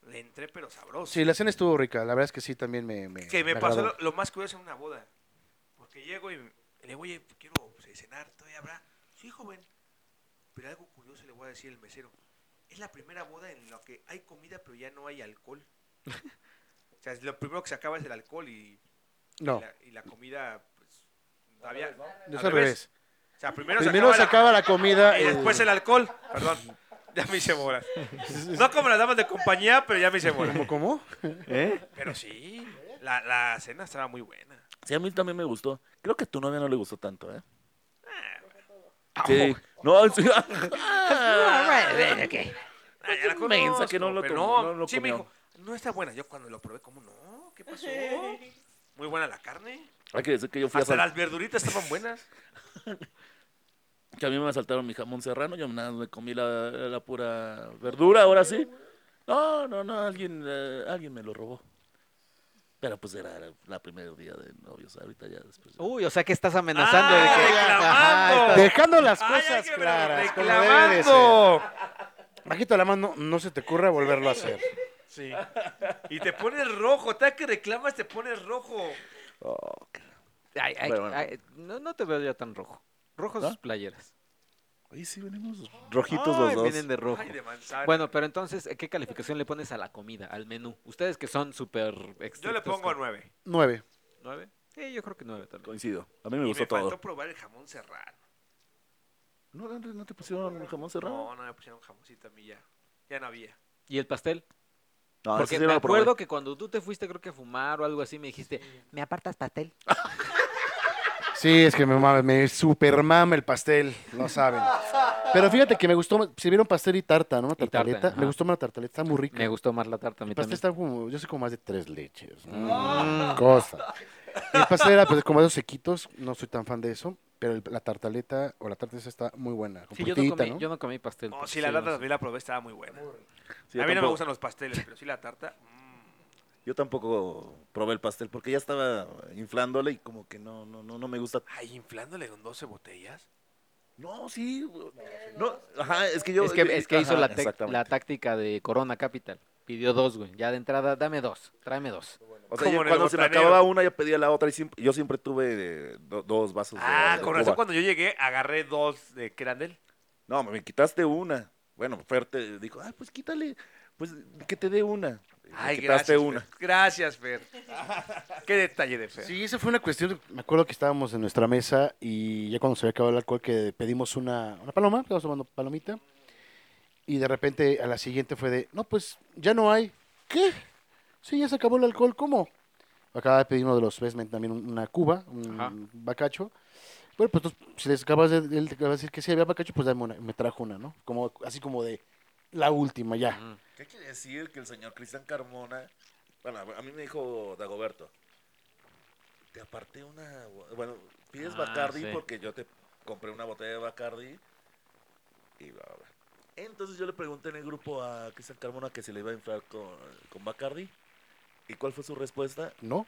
D: le entré, pero sabroso.
A: sí, la cena estuvo rica. La verdad es que sí, también me. me
D: que me,
A: me
D: pasó
A: agradó.
D: lo, lo más curioso en una boda. Porque llego y le digo, oye, quiero pues, cenar, todavía habrá. Sí, joven. Pero algo curioso le voy a decir al mesero. Es la primera boda en la que hay comida, pero ya no hay alcohol. o sea, lo primero que se acaba es el alcohol y, y,
A: No,
D: la, y la comida, pues, todavía. al
A: es al
D: revés.
A: revés.
D: O sea, primero,
A: Primero se
D: la-
A: acaba la comida.
D: y
A: eh,
D: después el alcohol. Perdón. Ya me hice bola. No como las damas de compañía, pero ya me hice bola.
A: ¿Cómo? cómo?
C: ¿Eh?
D: Pero sí, la, la cena estaba muy buena.
B: Sí, a mí también me gustó. Creo que a tu novia no le gustó tanto, ¿eh? Sí. No, sí.
D: Ah, ya la
B: Pues Me dice
D: conozco,
B: que no lo
D: pero
B: tomó,
D: no,
B: no lo
D: sí me
B: comió.
D: dijo, no está buena. Yo cuando lo probé, ¿cómo no? ¿Qué pasó? Muy buena la carne.
B: Hay que decir que yo fui a
D: Hasta
B: sal-
D: las verduritas estaban buenas.
B: que a mí me asaltaron mi jamón serrano, yo nada más me comí la, la pura verdura, ahora sí. No, no, no, alguien, eh, alguien me lo robó. Pero pues era la- la primer día de novios, ahorita ya después. ya.
C: Uy, o sea que estás amenazando
D: Ah,
C: de que.
D: reclamando.
C: estás-
A: Dejando las
D: Ay, ay,
A: cosas
D: que me lo
A: claras. como debe de ser.
D: reclamando.
A: Bajito la mano, no se te ocurra volverlo a hacer.
D: Sí. Y te pones rojo. Cada que reclamas te pones rojo.
B: Oh, qué-
C: Ay, ay,
B: Pero bueno.
C: ay, no, no te veo ya tan rojo. Rojos
B: ¿No?
C: sus playeras.
B: Ahí sí venimos rojitos
C: Ay,
B: los dos.
C: Vienen de rojo.
D: Ay, de manzana.
C: Bueno, pero entonces, ¿qué calificación le pones a la comida, al menú? Ustedes que son súper
D: yo le
C: estrictos
D: pongo
C: con-
D: nueve.
A: Nueve.
C: nueve. Sí, yo creo que nueve también.
B: Coincido. A mí me
D: y
B: gustó
D: me faltó
B: todo.
D: probar el jamón serrano.
B: ¿No, Andrés, no te pusieron jamón serrano?
D: No, no me pusieron jamoncito a mí ya. Ya no había.
C: ¿Y el pastel?
B: No,
C: Porque
B: ese sí
C: me
B: no lo probé.
C: acuerdo que cuando tú te fuiste, creo que a fumar o algo así, me dijiste, ¿me apartas pastel?
A: Sí, es que me mame, me super mama el pastel, lo saben. Pero fíjate que me gustó, sirvieron pastel y tarta, ¿no? Una
C: tarta,
A: tartaleta.
C: ajá.
A: me gustó más la tartaleta, está muy rica.
C: Me gustó más la tarta a mí
A: El pastel
C: también.
A: está como, yo soy como más de tres leches. mm, cosa. Y el pastel era pues, como esos sequitos, no soy tan fan de eso, pero el- la tartaleta o la tarta esa está muy buena. Con
C: Sí, yo no,
A: puntita,
C: comí,
A: ¿no?
C: yo no comí pastel.
D: No,
C: porque
D: Oh, sí, la
C: no
D: tarta
C: sé.
D: también la probé, estaba muy buena.
B: Sí, yo
D: a mí no me
B: tampoco-
D: gustan los pasteles, pero sí la tarta. mm.
B: Yo tampoco probé el pastel porque ya estaba inflándole y como que no, no, no, no me gusta.
D: Ay, inflándole con 12 botellas.
B: No, sí. No, ajá, es que yo.
C: es que, es que hizo
B: ajá,
C: la, tec-
B: exactamente.
C: la táctica de Corona Capital. Pidió dos, güey. Ya de entrada, dame dos. Tráeme dos.
B: O sea,
D: Como
B: yo
D: en el
B: cuando se me
D: botanero.
B: acababa una, ya pedía la otra y siempre- yo siempre tuve eh, do- dos vasos. de-
D: Ah,
B: de
D: con razón
B: Cuba.
D: cuando yo llegué agarré dos de que eran de él.
B: No, me quitaste una. Bueno, Fer te dijo, ah, pues quítale, pues que te dé una. Y me
D: Ay,
B: quitaste
D: gracias.
B: una.
D: Fer. Gracias, Fer. Qué detalle de Fer.
A: Sí, esa fue una cuestión. Me acuerdo que estábamos en nuestra mesa y ya cuando se había acabado el alcohol que pedimos una, una paloma, estábamos tomando palomita. Y de repente a la siguiente fue de, no, pues ya no hay. ¿Qué? Sí, ya se acabó el alcohol, ¿cómo? Acaba de pedir uno de los Bestmen también un- una cuba, un
C: Ajá.
A: bacacho. Bueno, pues tú, si les acabas de, él te acaba de decir que sí había bacacho, pues dame una. Y Me trajo una, ¿no? Como, así como de la última ya.
B: ¿Qué quiere decir que el señor Cristian Carmona, bueno, a mí me dijo Dagoberto, te aparté una, bo- bueno, pides
C: Ah,
B: Bacardi
C: sí.
B: porque yo te compré una botella de Bacardi y bla, bla, bla. Entonces yo le pregunté en el grupo a Cristian Carmona que se le iba a inflar con, con Bacardi. ¿Y cuál fue su respuesta?
A: ¿No?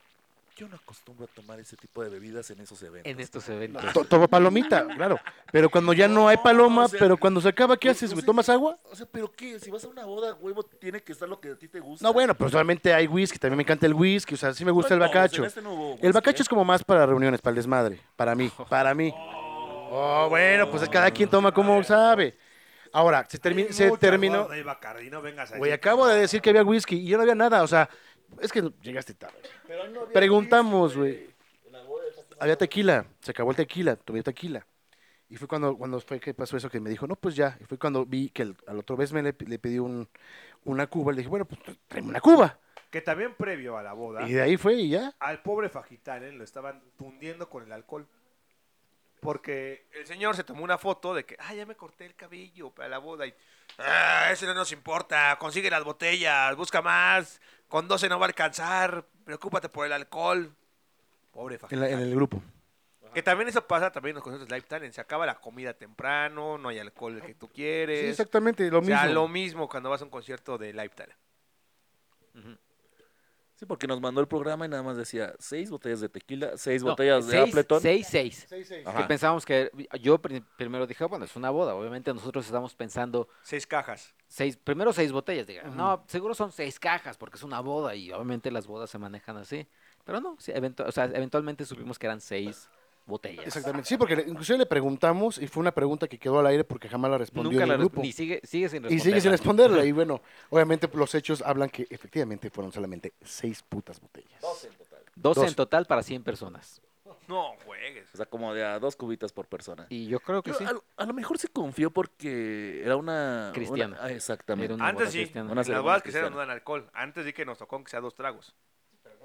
B: Yo no acostumbro a tomar ese tipo de bebidas en esos eventos.
C: En estos eventos.
A: To- Toma palomita, claro. Pero cuando ya no hay
B: No, Pues,
A: paloma,
B: o sea,
A: pero cuando se acaba, ¿qué
B: no-
A: haces,
B: no
A: güey?
B: sé
A: ¿Tomas
B: qué-
A: agua?
B: O sea, pero qué, si vas a una boda, huevo, tiene que estar lo que a ti te gusta.
A: No, bueno, pues solamente hay whisky, también me encanta el whisky, o sea, sí me gusta el
B: Bueno, pues, en
A: bacacho.
B: este no hubo whisky,
A: El bacacho
B: ¿eh?
A: es como más para reuniones, para el desmadre, para mí, para mí. Oh, bueno, pues cada quien toma como sabe. Ahora, se, termi-
D: Hay
A: se
D: muchas
A: terminó.
D: bodas de Bacardi, no vengas a
A: Güey,
D: decir
A: acabo
D: que
A: de
D: no.
A: decir que había whisky y yo no había nada, o sea, es que llegaste tarde.
B: Pero no había
A: Preguntamos, güey.
B: En la boda de-
A: Había tequila, se acabó el tequila, tomé tequila. Y fue cuando, cuando fue que pasó eso que me dijo, no, pues ya. Y fue cuando vi que el- al otro vez me le, le pedí un, una cuba, le dije, bueno, pues tráeme una cuba.
E: Que también previo a la boda,
A: Y de ahí fue y ya.
E: al pobre Fagitalen lo estaban tundiendo con el alcohol. Porque
D: El señor se tomó una foto de que, ah, ya me corté el cabello para la boda. Y, ah, eso no nos importa. Consigue las botellas, busca más. Con 12 no va a alcanzar. Preocúpate por el alcohol. Pobre
A: En, la- en
D: Fajardo.
A: el grupo.
D: Que también eso pasa también en los conciertos de Live Talent. Se acaba la comida temprano, no hay alcohol que tú quieres.
A: Sí, exactamente, lo
D: O
A: mismo.
D: sea, lo mismo cuando vas a un concierto de Live Talent.
B: Sí, porque nos mandó el programa y nada más decía seis botellas de tequila, seis
C: No,
B: botellas de
C: seis-
B: Appleton.
C: Seis, seis.
A: Seis, seis.
B: Ajá.
C: Que pensábamos que yo pri- primero dije, "Ah, bueno, es una boda. Obviamente nosotros estamos pensando
D: Seis cajas.
C: seis, primero seis botellas. Diga, no, seguro son seis cajas porque es una boda y obviamente las bodas se manejan así. Pero no, sí, eventu- o sea, eventualmente supimos que eran seis botellas.
A: Exactamente. Sí, porque le- inclusive le preguntamos y fue una pregunta que quedó al aire porque jamás la respondió
C: Nunca
A: en
C: la
A: el
C: res-
A: grupo.
C: ni sigue, sigue sin
A: Y
C: responder.
A: sigue sin responderla. Y bueno, obviamente los hechos hablan que efectivamente fueron solamente seis putas botellas.
C: Doce
A: Dos.
C: en total para 100 personas.
D: No juegues.
B: O sea, como de a dos cubitas por persona.
C: Y yo creo que
B: Yo
C: sí.
B: a, lo- a lo mejor se confió porque era una...
C: Cristiana.
B: una- ah, exactamente.
C: Era una boda
D: Antes sí.
C: cristiana.
B: Una
D: En las
B: ceremonia
D: bodas que se
B: cristiana.
D: no dan alcohol. Antes di que nos tocó que sea dos tragos.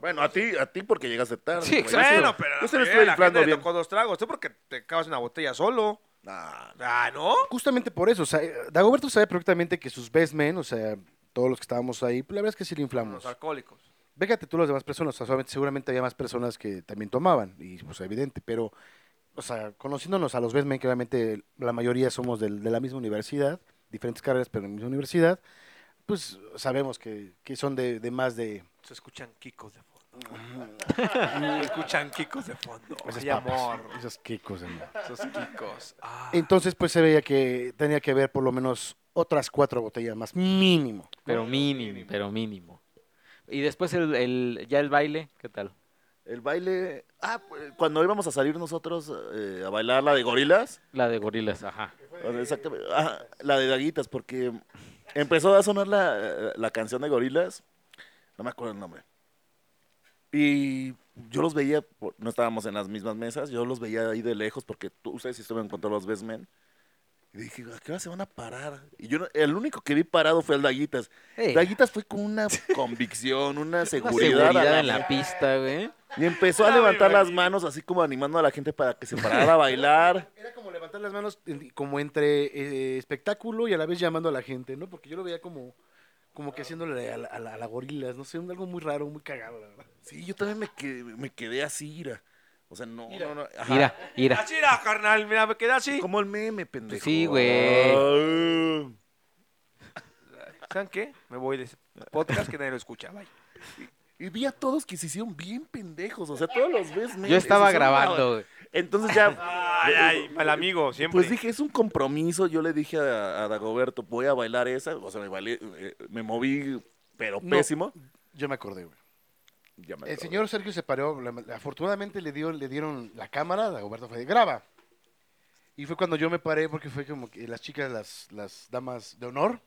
B: Bueno, a ti, a ti porque llegaste tarde.
C: Sí,
B: güey. Yo sí
D: Bueno,
B: lo-
D: pero
B: Yo se lo
D: la mayoría de
B: estoy
D: la
B: inflando
D: gente le
B: bien.
D: tocó dos tragos. Tú porque te acabas una botella solo.
B: Nah,
D: Ah, ¿no?
A: Justamente por eso, o sea, Dagoberto sabe perfectamente que sus best men, o sea, todos los que estábamos ahí, pues, la verdad es que sí le inflamos.
D: Los alcohólicos.
A: Véjate tú las demás personas, o sea, solamente- seguramente había más personas que también tomaban, y pues evidente, pero, o sea, conociéndonos a los best men, que obviamente la mayoría somos del- de la misma universidad, diferentes carreras, pero en la misma universidad, pues sabemos que, que son de, de más de...
D: Se escuchan kikos de fondo. Se escuchan kikos de fondo.
A: esas
D: Ay,
A: papas,
D: amor.
A: Esas quicos, amor.
D: Esos kikos. Ah.
A: Entonces, pues se veía que tenía que haber por lo menos otras cuatro botellas más, mínimo.
C: Pero mínimo, pero mínimo. Y después el, el- ya el baile, ¿qué tal?
B: el baile... Ah, pues, cuando íbamos a salir nosotros eh, a bailar la de gorilas...
C: La de gorilas, ajá.
B: O sea, exactamente. Ajá, la de Daguitas, porque empezó a sonar la, la canción de Gorilas. No me acuerdo el nombre. Y yo los veía, por- no estábamos en las mismas mesas, yo los veía ahí de lejos, porque tú, ustedes sí estuvieron con todos los best men. Y dije, ¿a qué hora se van a parar? Y yo, no- el único que vi parado fue el Daguitas.
C: Eh,
B: Daguitas fue con una convicción, una
C: una
B: seguridad.
C: seguridad
B: a la
C: en la pista, güey.
B: Y empezó a levantar las manos, así como animando a la gente para que se parara a bailar.
A: Era como levantar las manos en- como entre eh, espectáculo y a la vez llamando a la gente, ¿no? Porque yo lo veía como, como que haciéndole a la, a la- a la gorilas, no sé, un- algo muy raro, muy cagado, la verdad.
B: Sí, yo también me quedé, me quedé así, ira. O sea, no, no, no. ajá.
C: Mira, mira.
D: Así era, carnal. Mira, me quedé así.
B: Como el meme, pendejo. Ah.
C: sí, güey.
B: Ay.
D: ¿Saben qué? Me voy de ese podcast que nadie lo escucha. Bye.
B: Y vi a todos que se hicieron bien pendejos. O sea, todos los ves, men,
C: Yo estaba
B: se hicieron una-
C: grabando, güey.
B: Entonces ya. eh,
D: Ay, ay, mal amigo, siempre.
B: Pues dije, es un compromiso. Yo le dije a, a Dagoberto, voy a bailar esa. O sea, me, bailé, eh, me moví, pero
A: No.
B: pésimo.
A: Yo me acordé, güey.
B: Ya me
A: El
B: acordé.
A: señor Sergio se paró, la- la- afortunadamente le, dio, le dieron la cámara, Dagoberto fue de graba. Y fue cuando yo me paré porque fue como que las chicas, las, las damas de honor,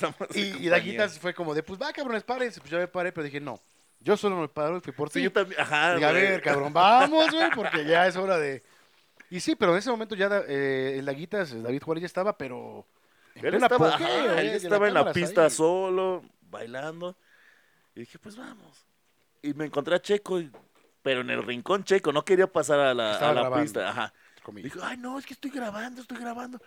B: damas de
A: y, y
B: compañía.
A: Daguitas fue como de, pues va, cabrones, párense. Pues yo me paré, pero dije, no, yo solo me paro y fui por
B: Sí,
A: ti.
B: yo también. Ajá.
A: Dije, a
B: güey.
A: ver, cabrón, vamos, güey, porque ya es hora de. Y sí, pero en ese momento ya da- eh, el Daguitas, el David Juárez ya estaba, pero. en
B: Él
A: pleno
B: estaba,
A: apogeo,
B: ajá,
A: güey,
B: él
A: de las
B: estaba en la
A: cámaras
B: pista
A: ahí.
B: solo, bailando. Y dije, pues vamos. Y me encontré a Checo, y- pero en el rincón Checo, no quería pasar a la,
A: Estaba
B: a la
A: grabando.
B: pista. Ajá.
A: Comí.
B: Dijo, ay, no, es que estoy grabando, estoy grabando.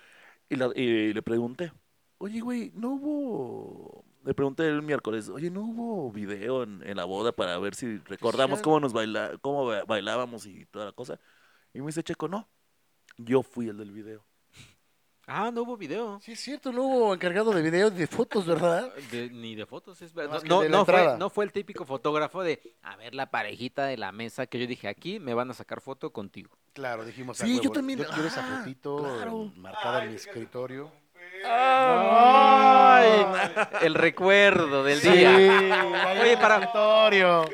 B: Y, la- y le pregunté, oye, güey, ¿no hubo...? Le pregunté el miércoles, oye, ¿no hubo video en, en la boda para ver si recordamos
A: ya.
B: cómo nos baila, cómo ba- bailábamos y toda la cosa? Y me dice Checo, no, yo fui el del video.
C: Ah, no hubo video.
A: Sí, es cierto, no hubo encargado de video y de fotos, ¿verdad?
C: Ah, De- ni de fotos, es verdad.
A: Más que
C: No,
A: de la
C: no, fue,
A: entrada.
C: no fue el típico fotógrafo de, a ver, la parejita de la mesa que yo dije, aquí me van a sacar foto contigo.
A: Claro, dijimos.
B: Sí, yo también-
A: Yo quiero esa
B: ah,
A: fotito
B: claro.
A: eh, marcada en mi escritorio.
C: El recuerdo del
A: Sí,
C: día.
A: ahí
C: Oye,
A: en mi
C: para-
A: escritorio.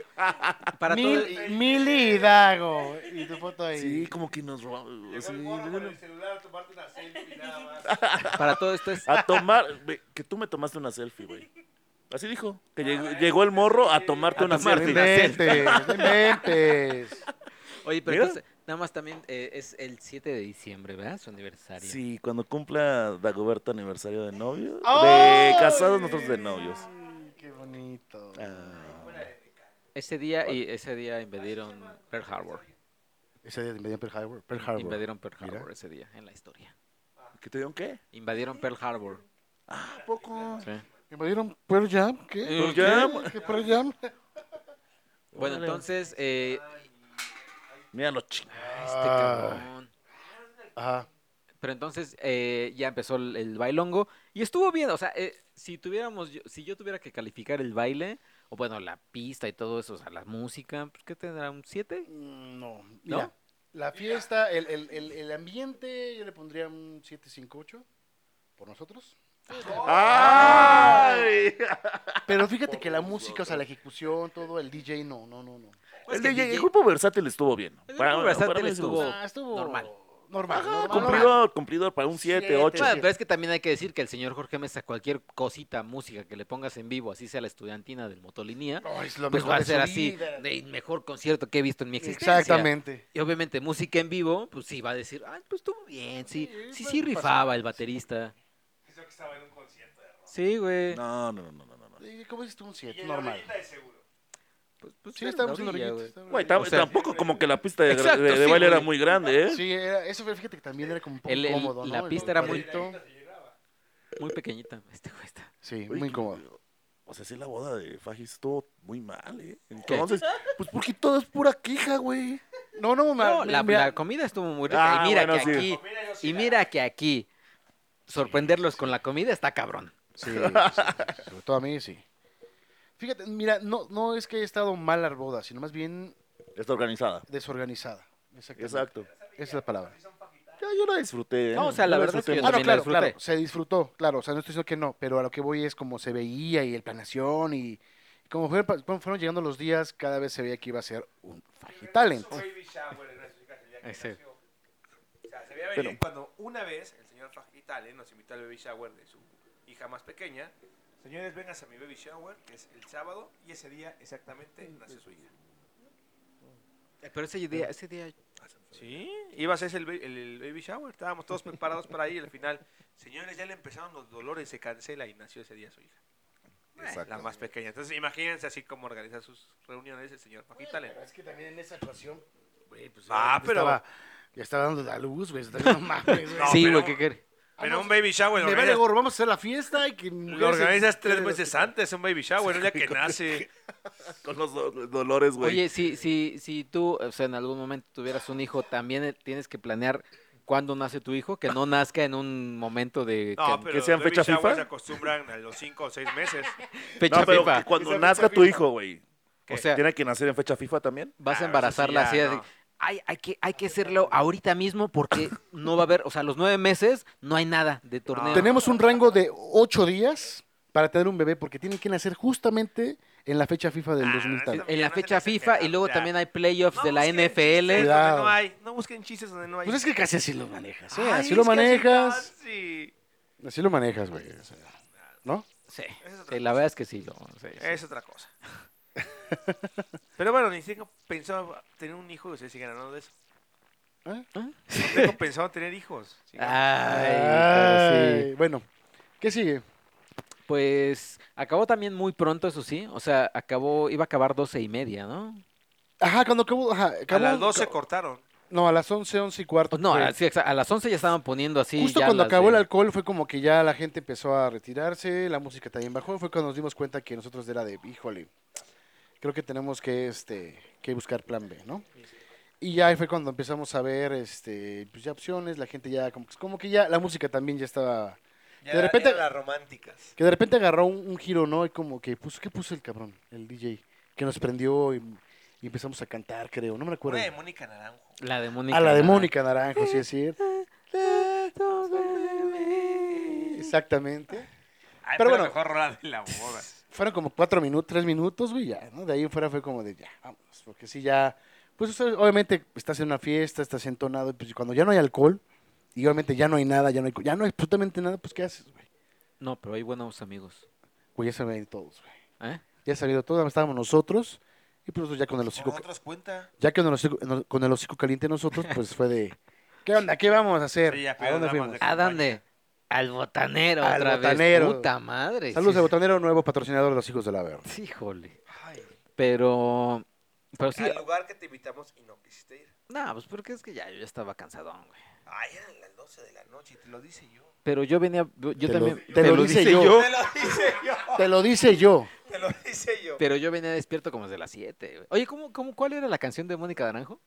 C: Para todo
A: Mil,
C: el-
A: Mili y Dago. Y tu foto ahí.
B: Sí, como que nos robamos.
D: Llegó
B: sí,
D: el morro Pues con
B: bueno.
D: el celular a tomarte una selfie nada más.
C: para todo esto es
B: A tomar. ve, Que tú me tomaste una selfie, güey. Así dijo. Que llegó, llegó el morro a tomarte
C: A
B: una
A: No
C: tomarte
B: selfie.
C: una
A: inventes, no inventes.
C: Oye, pero
B: Mira.
C: entonces, nada más también eh, es el 7 de diciembre, ¿verdad? Su aniversario.
B: Sí, cuando cumpla Dagoberto aniversario de novio.
A: ¡Ay!
B: De casados, nosotros de novios.
A: Ay, Qué bonito.
B: Ah,
C: Ese día y ese día invadieron Pearl Harbor.
A: Ese día invadieron Pearl Harbor. Pearl Harbor.
C: Invadieron Pearl
A: Mira.
C: Harbor ese día en la historia.
B: ¿Que te dieron qué?
C: Invadieron Pearl Harbor.
B: ¿A poco?
C: sí.
A: ¿Invadieron Pearl Jam? ¿Qué?
B: Pearl Jam.
A: ¿Qué Pearl Jam?
C: Bueno,
B: Órale.
C: entonces, eh,
B: Mira los ching.
C: este cabrón.
A: Ajá.
C: Pero entonces eh, ya empezó el, el bailongo y estuvo bien. O sea, eh, si tuviéramos, yo- si yo tuviera que calificar el baile, o bueno, la pista y todo eso, o sea, la música, pues, ¿qué tendrá? ¿Un 7?
A: Mm, No, mira, la fiesta, el, el, el, el ambiente, yo le pondría un 758 por nosotros.
B: ¡Ay!
A: Pero fíjate que la música, o sea, la ejecución, todo, el DJ, no, no, no, no.
B: Pues el, DJ el grupo versátil estuvo bien.
C: El
B: Para-
C: grupo versátil
B: para mí sí me
C: estuvo-
B: gustó.
A: Ah, estuvo
C: normal.
A: Normal. normal, normal.
B: Cumplidor, cumplidor para un 7,
A: Siete.
B: 8.
A: Bueno,
C: pero es que también hay que decir que el señor Jorge Mesa, cualquier cosita, música que le pongas en vivo, así sea la estudiantina del Motolinía,
A: No, es lo
C: pues
A: mejor
C: va a
A: de su
C: ser así,
A: vida.
C: el mejor concierto que he visto en mi existencia.
A: Exactamente.
C: Y obviamente música en vivo, pues sí va a decir, ah, pues estuvo bien, sí,
A: Sí,
C: sí,
A: pues,
C: sí
A: pasó.
C: rifaba el baterista.
D: Eso que estaba en un concierto de rock.
C: Sí, güey.
B: No, no, no, no, no. no.
A: Sí, ¿Cómo dices tú un
D: Y
A: 7?
D: en
A: Normal.
D: la de seguro.
C: Pues, pues,
A: Sí,
C: era
A: estábamos
C: una
A: en la
C: orilla,
A: orillita.
C: güey.
A: estábamos-
B: Güey, tam-
C: O sea,
B: tampoco como que la pista de, gra-
C: Exacto,
B: de- de
C: sí,
B: baile era
C: güey.
B: muy grande, ¿eh?
A: Sí, era- eso fue, fíjate que también era como un poco
C: El- el-
A: incómodo, ¿no?
C: la
A: El
C: pista era muy-
A: cuadrito.
C: Muy pequeñita, este güey está.
A: Sí,
B: Oye,
A: muy
B: que-
A: incómodo.
B: O sea, sí, la boda de Fajis estuvo muy mal, ¿eh? Entonces, pues porque todo es pura queja, güey.
A: No, no, ma-
C: No, la,
A: mira,
C: la comida estuvo muy rica.
B: Ah,
C: y mira
B: bueno,
C: que
B: sí.
C: aquí, y mira que aquí, sorprenderlos con la comida está cabrón.
A: Sí, sí, sí, sobre todo a mí, sí. Fíjate, mira, no, no es que haya estado mal la boda, sino más bien
B: Está organizada.
A: desorganizada. Exactamente.
B: Exacto.
A: Esa es la palabra.
B: Ya, yo la disfruté, ¿eh?
C: No, o sea, la
B: Yo
C: verdad es que
B: disfruté
C: yo
A: Ah,
B: mucho.
A: no,
C: también la
A: claro,
C: disfruté.
A: claro, se disfrutó, claro, o sea, no estoy diciendo que no, pero a lo que voy es como se veía y el planación y como fueron, pa- cómo fueron llegando los días, cada vez se veía que iba a ser un Fagitalent.
D: Hizo baby shower en esas chicas el día que
C: Ese.
D: nació. O sea, se veía venir
B: Pero-
D: cuando una vez el señor Fagitale nos invitó al baby shower de su hija más pequeña. Señores, vengas a mi baby shower, que es el sábado, y ese día exactamente nació su hija.
C: Pero ese día, ese día
D: Sí, ibas a hacer el, ba- el- el baby shower, estábamos todos preparados para ir, y al final, señores, ya le empezaron los dolores, se cancela y nació ese día su hija.
B: Exacto.
D: Eh, La más pequeña. Entonces, imagínense así como organiza sus reuniones el señor Fagitale.
A: Es que también en esa actuación, güey, pues
D: Ah,
A: ya
D: pero-
A: estaba, ya estaba dando la luz, güey, está- no mames, güey.
D: No,
C: sí,
D: pero-
C: güey, ¿qué quiere?
D: Pero un baby shower,
A: Me
D: organizas-
A: vale gorro, vamos a hacer la fiesta y que
D: lo organizas tres meses antes, un baby shower, el día que nace.
B: Con los do- los dolores, güey.
C: Oye, si, si, si tú, o sea, en algún momento tuvieras un hijo, también eh, tienes que planear cuándo nace tu hijo, que no nazca en un momento de
D: No,
C: que-
D: pero
B: que sean
D: los baby
B: fecha
D: showers
B: FIFA.
D: se acostumbran a los 5 o 6 meses.
C: fecha
B: no, pero
C: FIFA.
B: que cuando
A: Esa
B: nazca
A: fecha
B: tu
A: FIFA.
B: hijo, güey.
C: O sea,
B: ¿Tiene que nacer en fecha FIFA también?
C: vas
D: Ah, eso
C: a embarazarla
D: sí,
C: así.
D: ya,
C: así,
D: no.
C: Ay, hay que, hay que hacerlo ahorita mismo porque no va a haber, o sea, los nueve meses no hay nada de torneo.
A: Tenemos un rango de ocho días para tener un bebé porque tienen que nacer justamente en la fecha FIFA del
D: Ah,
A: 2000 tal.
D: no,
C: en la
D: no
C: fecha
D: seas
C: FIFA y
D: exagerado,
C: luego
D: ya.
C: también hay playoffs de la
D: busquen
C: NFL.
D: chistes
A: Cuidado.
D: donde no hay, no busquen chistes donde no hay.
A: Pues es que casi así lo manejas, ¿eh?
D: Ay,
A: así
D: es
A: lo
D: que
A: manejas.
D: casi.
A: Así lo manejas, güey. o sea, ¿No?
C: Sí,
D: Esa es otra
C: sí, la verdad es que sí. lo- sí, sí.
D: Es otra cosa. Pero bueno, ni siquiera pensaba tener un hijo y ustedes siguen hablando de eso.
A: ¿Eh?
D: No tengo pensado tener hijos. Sigamos.
A: Ah,
C: Ay, pero sí.
A: Ay, Bueno, ¿qué sigue?
C: Pues acabó también muy pronto, eso sí. O sea, acabó, iba a acabar doce y media, ¿no?
A: Ajá, cuando acabó. Ajá,
D: a
A: acabó-
D: las 12 cortaron.
A: No, a las 11, 11 y cuarto.
C: Pues no,
A: fue.
C: a, sí, exa- a las 11 ya estaban poniendo así.
A: Justo
C: ya
A: cuando
C: las
A: acabó
C: de-
A: el alcohol fue como que ya la gente empezó a retirarse, la música también bajó, fue cuando nos dimos cuenta que nosotros era de, híjole, creo que tenemos que, este, que buscar plan B, ¿no? Y ya ahí fue cuando empezamos a ver, este, pues ya opciones, la gente ya, como, que- como que ya, la música también ya estaba, Ya de repente- eran
D: las románticas.
A: que de repente agarró un, un giro, ¿no? Y como que, puso, ¿qué puso el cabrón, el DJ? Que nos prendió y, y empezamos a cantar, creo, no me
D: Una
A: acuerdo.
D: de Mónica Naranjo.
C: La de Mónica.
A: A la de
C: Naranjo.
A: Mónica Naranjo, sí es cierto. Exactamente.
D: Ay,
A: Pero bueno.
D: pero bueno. mejor rola de la boda.
A: fueron como cuatro minutos, tres minutos, güey, ya, ¿no? De ahí en fuera fue como de ya, vámonos, porque sí, ya, pues o sea, obviamente estás en una fiesta, estás entonado, y pues cuando ya no hay alcohol, y obviamente ya no hay nada, ya no hay, co- ya no hay absolutamente nada, pues ¿qué haces, güey?
C: No, pero hay buenos amigos.
A: Güey, ya se van a ir todos, güey.
C: ¿Eh?
A: Ya se han ido todos, estábamos nosotros, y pues nosotros ya con el hocico, ca-
D: otros cuenta.
A: ya que con el hocico, no- con el hocico caliente nosotros, pues fue de, ¿qué onda? ¿Qué vamos a hacer?
D: Sí, ya,
A: ¿A
D: pero
A: dónde
D: nada más
A: fuimos?
D: de-
C: ¿A dónde? Al botanero
A: Ah, Al
C: otra
A: botanero.
C: vez. Puta madre.
A: Saludos
C: sí,
A: de Botanero, nuevo patrocinador de los hijos de la verga.
C: sí, Híjole.
D: Ay,
C: Pero. Pero sí.
D: al lugar que te invitamos y no quisiste ir.
C: No, pues porque es que ya yo ya estaba cansadón, güey.
D: Ay, eran las 12 de la noche, y te lo dice yo.
C: Pero yo venía. Yo
A: Te lo-
C: también.
A: te lo dice yo.
D: Te lo dice yo.
A: Te lo dice yo.
D: Te lo dice yo.
C: Pero yo venía despierto como desde las 7. güey. Oye, ¿cómo, cómo, ¿cuál era la canción de Mónica Naranjo?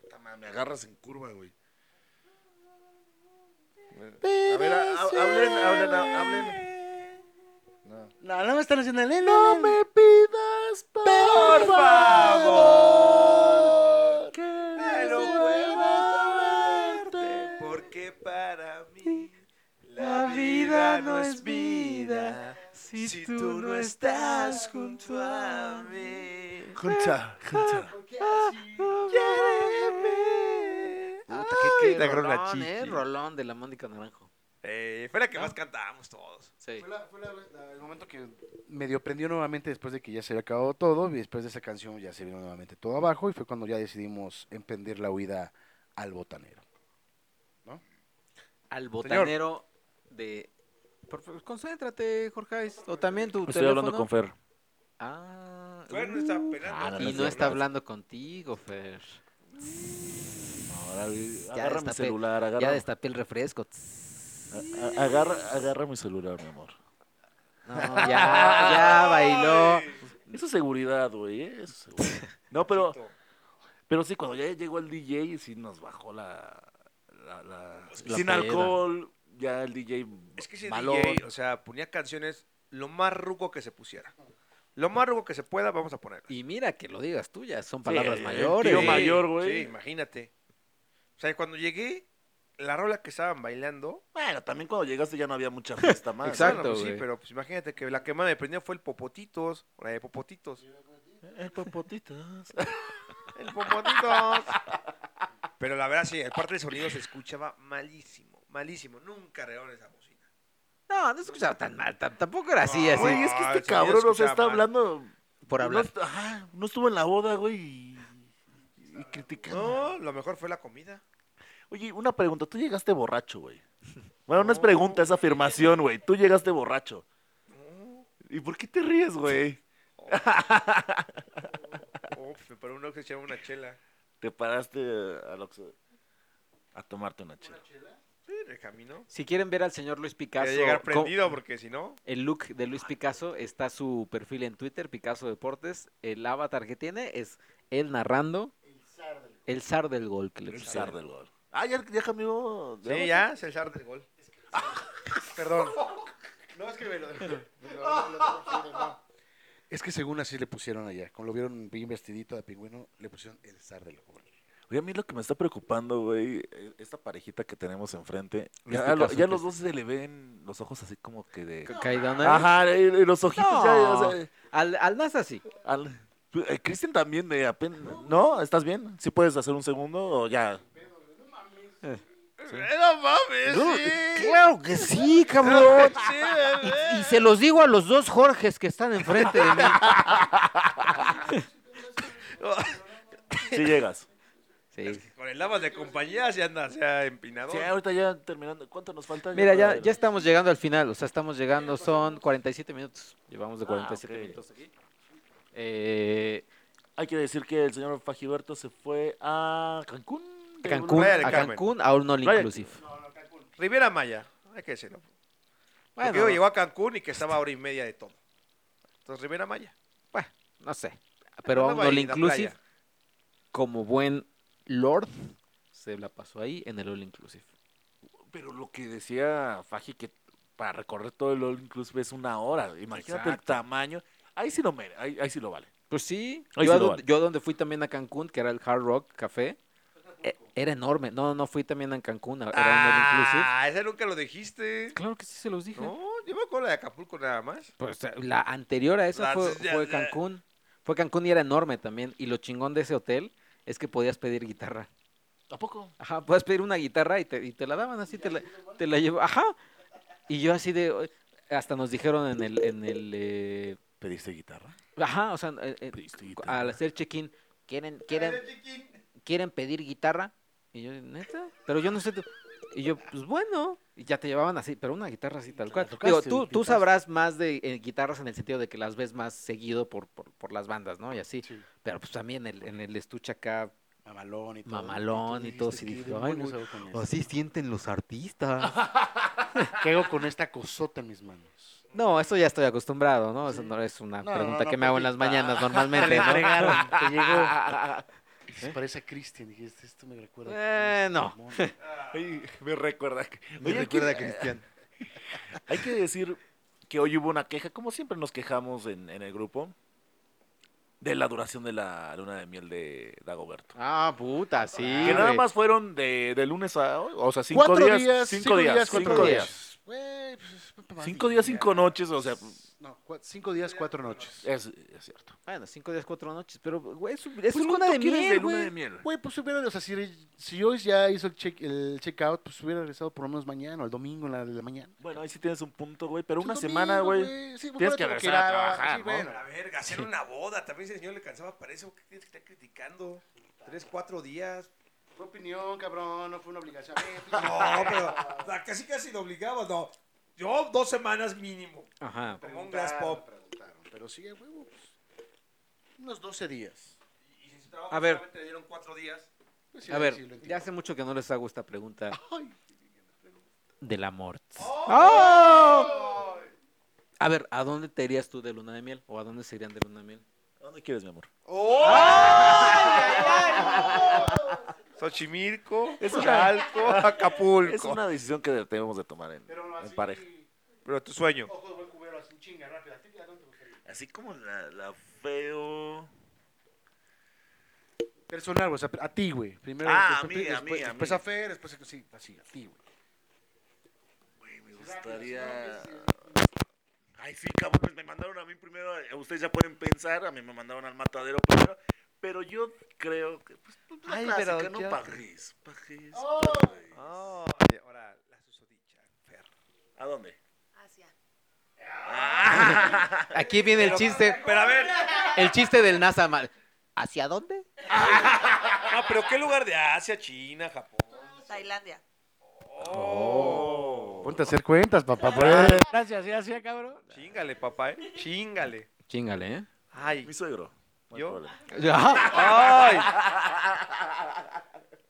B: Puta madre, Me agarras en curva, güey. A ver, ha- hablen, hablen, hablen. No.
F: No, no me están haciendo el...
A: No me pidas por favor que
D: Pero
A: no
D: vuelvas
A: puedo verte.
D: Porque para mí la vida no es vida si, tú no estás junto a mí.
A: Junta, junta.
C: Puta, qué, qué
D: te agarró
C: rolón,
D: la
C: eh,
D: chichi.
C: rolón de la Mónica Naranjo.
D: Eh, fue la que más cantábamos todos.
C: Sí.
A: Fue, la- fue la- la- el momento que medio prendió nuevamente después de que ya se había acabado todo y después de esa canción ya se vino nuevamente todo abajo y fue cuando ya decidimos emprender la huida al botanero.
C: Al botanero de... Por favor, concéntrate, Jorge. O también tu
B: Estoy
C: teléfono.
B: hablando con Fer.
C: Ah,
D: Fer no está
C: uh,
D: pelando.
B: ah, no,
C: Y
B: no
C: no
B: sé.
C: está hablando contigo, Fer.
B: Ahora,
C: Ya
B: agarra mi
C: destapé-
B: celular, agarra,
C: Ya destapé el refresco.
B: a- a- agarra, agarra mi celular, mi amor.
C: No, ya, ya Ah, bailó.
B: Eso es seguridad, güey. ¿eh? Eso es seguridad. No, pero, pero sí, cuando ya llegó el DJ, sí nos bajó la. la- la-
C: Pues la
B: sin
C: peda.
B: alcohol, ya el DJ.
D: Es que ese
B: malón.
D: DJ, o sea, ponía canciones lo más ruco que se pusiera. Lo más ruco que se pueda, vamos a poner.
C: Y mira que lo digas tú, ya son
B: Sí,
C: palabras
B: el
C: mayores.
B: tío mayor, güey.
D: Sí, imagínate. O sea, cuando llegué, la rola que estaban bailando.
B: Bueno, también cuando llegaste ya no había mucha fiesta más. ¿eh?
C: Exacto,
D: bueno, pues sí,
C: güey.
D: pero pues imagínate que la que más me prendió fue el Popotitos. La de Popotitos.
B: El popotitas.
D: El Popotitos. pero la verdad, sí, el parte del sonido se escuchaba malísimo. Malísimo. Nunca arreglaron esa bocina.
C: No, no escuchaba tan mal, tam- tampoco era así,
D: No,
C: así.
B: Güey, es que
D: Ah,
B: este
D: el sonido
B: cabrón nos
D: escuchaba
B: está
D: mal.
B: hablando.
C: por hablar.
B: No, ajá, no estuvo en la boda, güey. Y, y criticando.
D: No, lo mejor fue la comida.
B: Oye, una pregunta. Tú llegaste borracho, güey. Bueno, no es pregunta, es afirmación, güey. Tú llegaste borracho. ¿Y por qué te ríes, güey?
D: Oh, pues, me paró un que echaba una chela.
B: Te paraste al Oxxo a tomarte una chela.
D: Sí, en el camino.
C: Si quieren ver al señor Luis Picasso,
D: Quería llegar
C: cómo-
D: prendido porque si no.
C: el look de Luis Picasso está su perfil en Twitter, Picasso Deportes. El avatar que tiene es él narrando. El zar del gol. que le
B: El
C: pusieron.
B: zar del gol. Ah, ya, ya cambió.
D: Sí, ya, es el zar del gol.
A: Perdón. No, es que me lo- me lo- me lo- no. Es que según así le pusieron allá, cuando lo vieron bien vestidito de pingüino, le pusieron el zar del gol.
B: Oye, a mí lo que me está preocupando, güey, eh, esta parejita que tenemos enfrente.
C: Luis
B: Ya, lo-
C: Picasso,
B: ya
C: ¿qué
B: los
C: es?
B: dos se le ven los ojos así como que de.
C: Ca- Caidona.
B: Ajá, eh, eh, los ojitos
C: No.
B: ya. o sea,
C: Al, al NASA sí.
B: al- eh, Cristian también, eh, apenas. ¿No? ¿Estás bien? ¿Sí puedes hacer un segundo o ya?
D: ¡No
A: ¿Eh,
D: mames!
B: No,
F: Claro que sí, cabrón. Y se los digo a los dos Jorges que están enfrente de mí.
B: Sí llegas.
C: sí.
D: Con el lavas de compañía se anda, sea empinador.
B: Sí, ahorita ya terminando. ¿Cuánto nos falta?
C: Mira, ya,
B: para-
C: ya estamos llegando al final, o sea, estamos llegando, son 47 minutos. Llevamos de
B: Ah,
C: 47
B: ok.
C: minutos aquí. Eh,
B: Hay que decir que el señor Fajiberto se fue a Cancún.
C: a Cancún,
D: Playa del
C: a
D: Carmen.
C: Cancún, a un all
B: Playa-
C: inclusive.
D: Riviera Maya, hay que decirlo. Porque
C: Bueno,
D: yo llegó a Cancún y que estaba a hora y media de todo. Entonces, Riviera Maya.
C: no sé, pero a un
D: Andaba
C: all
D: ahí en la
C: inclusive,
D: playa.
C: como buen lord, se la pasó ahí en el all inclusive.
B: Pero lo que decía Faji, que para recorrer todo el All Inclusive es una hora. Imagínate el tamaño. Ahí sí lo, mere- ahí, ahí sí lo vale.
C: Pues sí,
B: Ahí
C: yo,
B: sí lo
C: a donde,
B: vale.
C: yo a donde fui también a Cancún, que era el Hard Rock Café, e- era enorme. No, no, fui también a Cancún, era un all inclusive.
D: Ah, ese nunca lo dijiste.
C: Claro que sí se los dije.
D: No, yo me acuerdo de Acapulco nada más.
C: Pues eh, la anterior a esa
D: La-
C: fue,
D: ya-
C: fue
D: ya.
C: Cancún. Fue Cancún y era enorme también. Y lo chingón de ese hotel es que podías pedir guitarra.
B: ¿A poco?
C: Ajá, podías pedir una guitarra y te, y te la daban así, te la, te la llevo- Ajá. Y yo así de... "Oye", Hasta nos dijeron en el... En el eh,
B: ¿Pediste guitarra?
C: ajá, o sea, eh, eh,
B: Pediste
C: cu-
B: guitarra.
C: al hacer check-in, ¿quieren, quieren, ¿quieren pedir guitarra? Y yo, neta, pero yo no sé... tú-". Y yo, pues bueno, y ya te llevaban así, pero una guitarra así tal cual. Digo,
A: tocaste,
C: tú, tú
A: pintaste.
C: sabrás más de eh, guitarras en el sentido de que las ves más seguido por, por, por las bandas, ¿no? Y así.
A: Sí.
C: Pero pues también en el, en el estuche acá,
A: Mamalón y todo.
C: Mamalón y todo,
A: si
C: sí, dije, ay, güey, así sienten los artistas.
A: ¿Qué hago con esta cosota en mis manos?
C: No, eso ya estoy acostumbrado, ¿no? Eso no es una
A: No,
C: pregunta
A: no,
C: que
A: no,
C: me hago en
A: porque-
C: las mañanas
A: Te
C: normalmente,
A: le
C: ¿no?
A: entregaron, te llegó. Dices, Parece a Cristian. Dije, "Este- esto me recuerda. a
C: Eh,
A: Cristian,
C: no.
A: mamón".
B: me recuerda. que-
A: Me
B: Oye, hay que-
A: recuerda a Cristian.
B: Hay que decir que hoy hubo una queja, como siempre nos quejamos en, en el grupo, de la duración de la luna de miel de Dagoberto.
F: Ah, puta, sí.
B: que nada
F: güey.
B: más fueron de, de lunes a hoy, o sea, cinco
A: Cuatro
B: días,
A: días,
B: cinco,
A: cinco
B: días,
A: días, cuatro
B: cinco
A: días.
B: días.
A: Güey, pues, papá,
B: Cinco días, cinco noches, o sea, Eh.
A: No, cua- cinco días, cuatro noches.
B: es, es cierto.
F: Bueno, cinco días, cuatro noches, pero, güey, es, un- es
B: Pues,
F: un luna
B: ¿cuánto
F: de
B: quieres
F: miel,
B: luna
F: güey.
B: de miel?
A: Güey, pues hubiera, o sea, si, si hoy ya hizo el check el checkout, pues hubiera regresado por lo menos mañana o el domingo en la, de la mañana.
B: Bueno, ahí sí tienes un punto, güey, pero una
A: El domingo,
B: semana, güey.
A: Sí, pues, fuera
B: tienes que
A: tengo
B: regresar a
A: ir
B: trabajar,
A: sí,
B: ¿no?
A: bueno.
D: A verga, hacer una boda. También ese señor le cansaba para eso. ¿Qué tienes que estar criticando? Tres, cuatro días.
A: Fue opinión, cabrón, no fue una obligación.
D: No, pero o sea, casi casi lo obligaba. No, yo dos semanas mínimo.
C: Ajá.
D: Como un gas pop.
A: Preguntaron, pero sí, a huevo, pues, unos 12 días.
D: Y si su trabajo
C: A ver.
D: solamente le dieron cuatro días.
A: Pues sí,
C: A
A: ahí
C: ver,
A: sí lo entiendo.
C: ya hace mucho que no les hago esta pregunta
A: Ay,
C: del amor.
D: ¡Oh!
C: A ver, ¿a dónde te irías tú de luna de miel? ¿O a dónde se irían de luna de miel?
B: ¿A ¿Dónde quieres, mi amor?
D: Xochimilco,
B: Es una-
D: Chalco,
B: Es
D: Acapulco.
B: una decisión que debemos de tomar en,
A: pero
B: en pareja.
D: Pero tu sueño.
A: Ojo de buen cubero, así en chinga, rápido. ¿A ti a dónde te gustaría ir?
B: Así como la, la feo...
A: Personal, güey, o sea, a ti, güey. Primero,
B: Ah,
A: después,
B: a mí, a mí,
A: después,
B: a mí.
A: después a Fer, después a... Sí, así, a ti, güey.
B: Güey, me gustaría... Ay, sí, cabrón, pues me mandaron a mí primero, eh, ustedes ya pueden pensar, a mí me mandaron al matadero primero, pero yo creo que... Pues, pues, la
C: Ay,
B: clásica,
C: pero
B: ¿no?
C: ya-
B: París, París, París.
D: Ahora, la susodicha, Fer.
B: ¿A dónde?
G: Asia.
C: Aquí viene el chiste,
D: Pero a ver,
C: el chiste del NASA. ma- ¿Hacia dónde?
D: no, pero ¿qué lugar de Asia, China, Japón?
G: Tailandia.
A: Ponte a hacer cuentas, papá.
B: Ah,
F: Gracias, gracias, cabrón.
D: Chingale, papá, ¿eh? Chingale.
C: Chingale, ¿eh?
D: Ay,
B: Mi suegro. No hay
D: ¿Yo?
B: problema.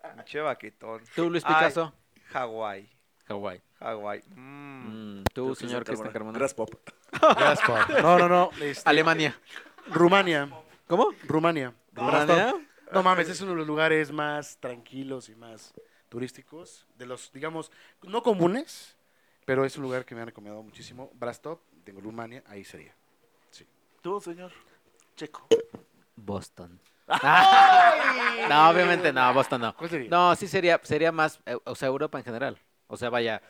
D: ay. Pinche vaquetón.
C: ¿Tú, Luis
D: Ay.
C: Picasso?
D: Hawái,
C: Hawái.
D: Hawái. Mm.
C: Mm,
B: Creo
C: ¿Tú,
B: que Santa
C: señor
B: Bárbara.
C: Cristian Carmona?
B: Grass Pop.
A: Gracias, papá. No, no, no. este,
C: Alemania.
A: Rumania.
C: ¿Cómo?
A: Rumania.
C: ¿Rumania?
A: No mames, es uno de los lugares más tranquilos y más turísticos, de los, digamos, no comunes, pero es un lugar que me han recomendado muchísimo. Brastov, de Rumania, ahí sería.
B: ¿Tú, señor? Checo.
C: Boston. no, obviamente no, Boston no.
A: ¿Cuál sería? No,
C: No, sí sería, sería más, eh, o sea, Europa en general. O sea, vaya.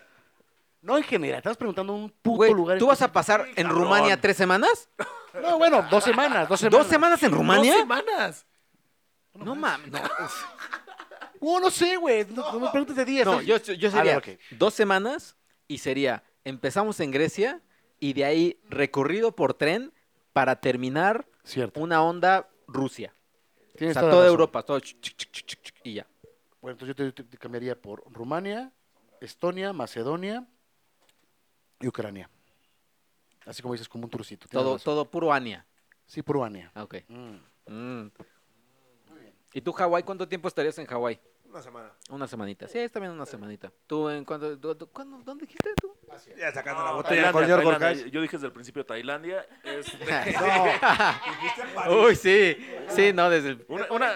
A: en general, estás preguntando un puto
C: Güey,
A: lugar.
C: ¿tú vas a pasar en
B: cabrón.
C: Rumania tres semanas?
A: específico. No, bueno, dos semanas, dos semanas.
C: ¿Dos semanas en Rumania?
B: Dos semanas.
C: No mames. No,
A: Oh, no sé, güey, no, no me preguntes de días.
C: No,
A: ¿eh?
C: yo, yo- yo
A: A
C: sería
A: ver,
C: dos semanas y sería, empezamos en Grecia y de ahí recorrido por tren para terminar
A: Cierto.
C: una onda Rusia. O
A: Tienes
C: sea,
A: la
C: toda
A: razón.
C: Europa, todo ch- ch- ch- ch- ch- y ya.
A: Bueno, entonces yo te, te cambiaría por Rumania, Estonia, Macedonia y Ucrania. Así como dices, como un turcito. tienes
C: Todo,
A: razón.
C: todo puro Ania.
A: Sí, por Rumania.
C: Ah, ok.
A: Mm.
C: Mm. ¿Y tú, Hawái? ¿Cuánto tiempo estarías en Hawái?
D: Una semana.
C: Una semanita. Sí, está bien una semanita. ¿Tú en cuánto, tú- tú- cuándo- ¿Dónde dijiste tú?
D: Ya sacando la
B: Tailandia,
D: botella. con señor
B: Tailandia.
D: Gorgaz.
B: Yo dije desde el principio Tailandia. este,
C: Uy, sí. Sí, no, desde el-
B: una, una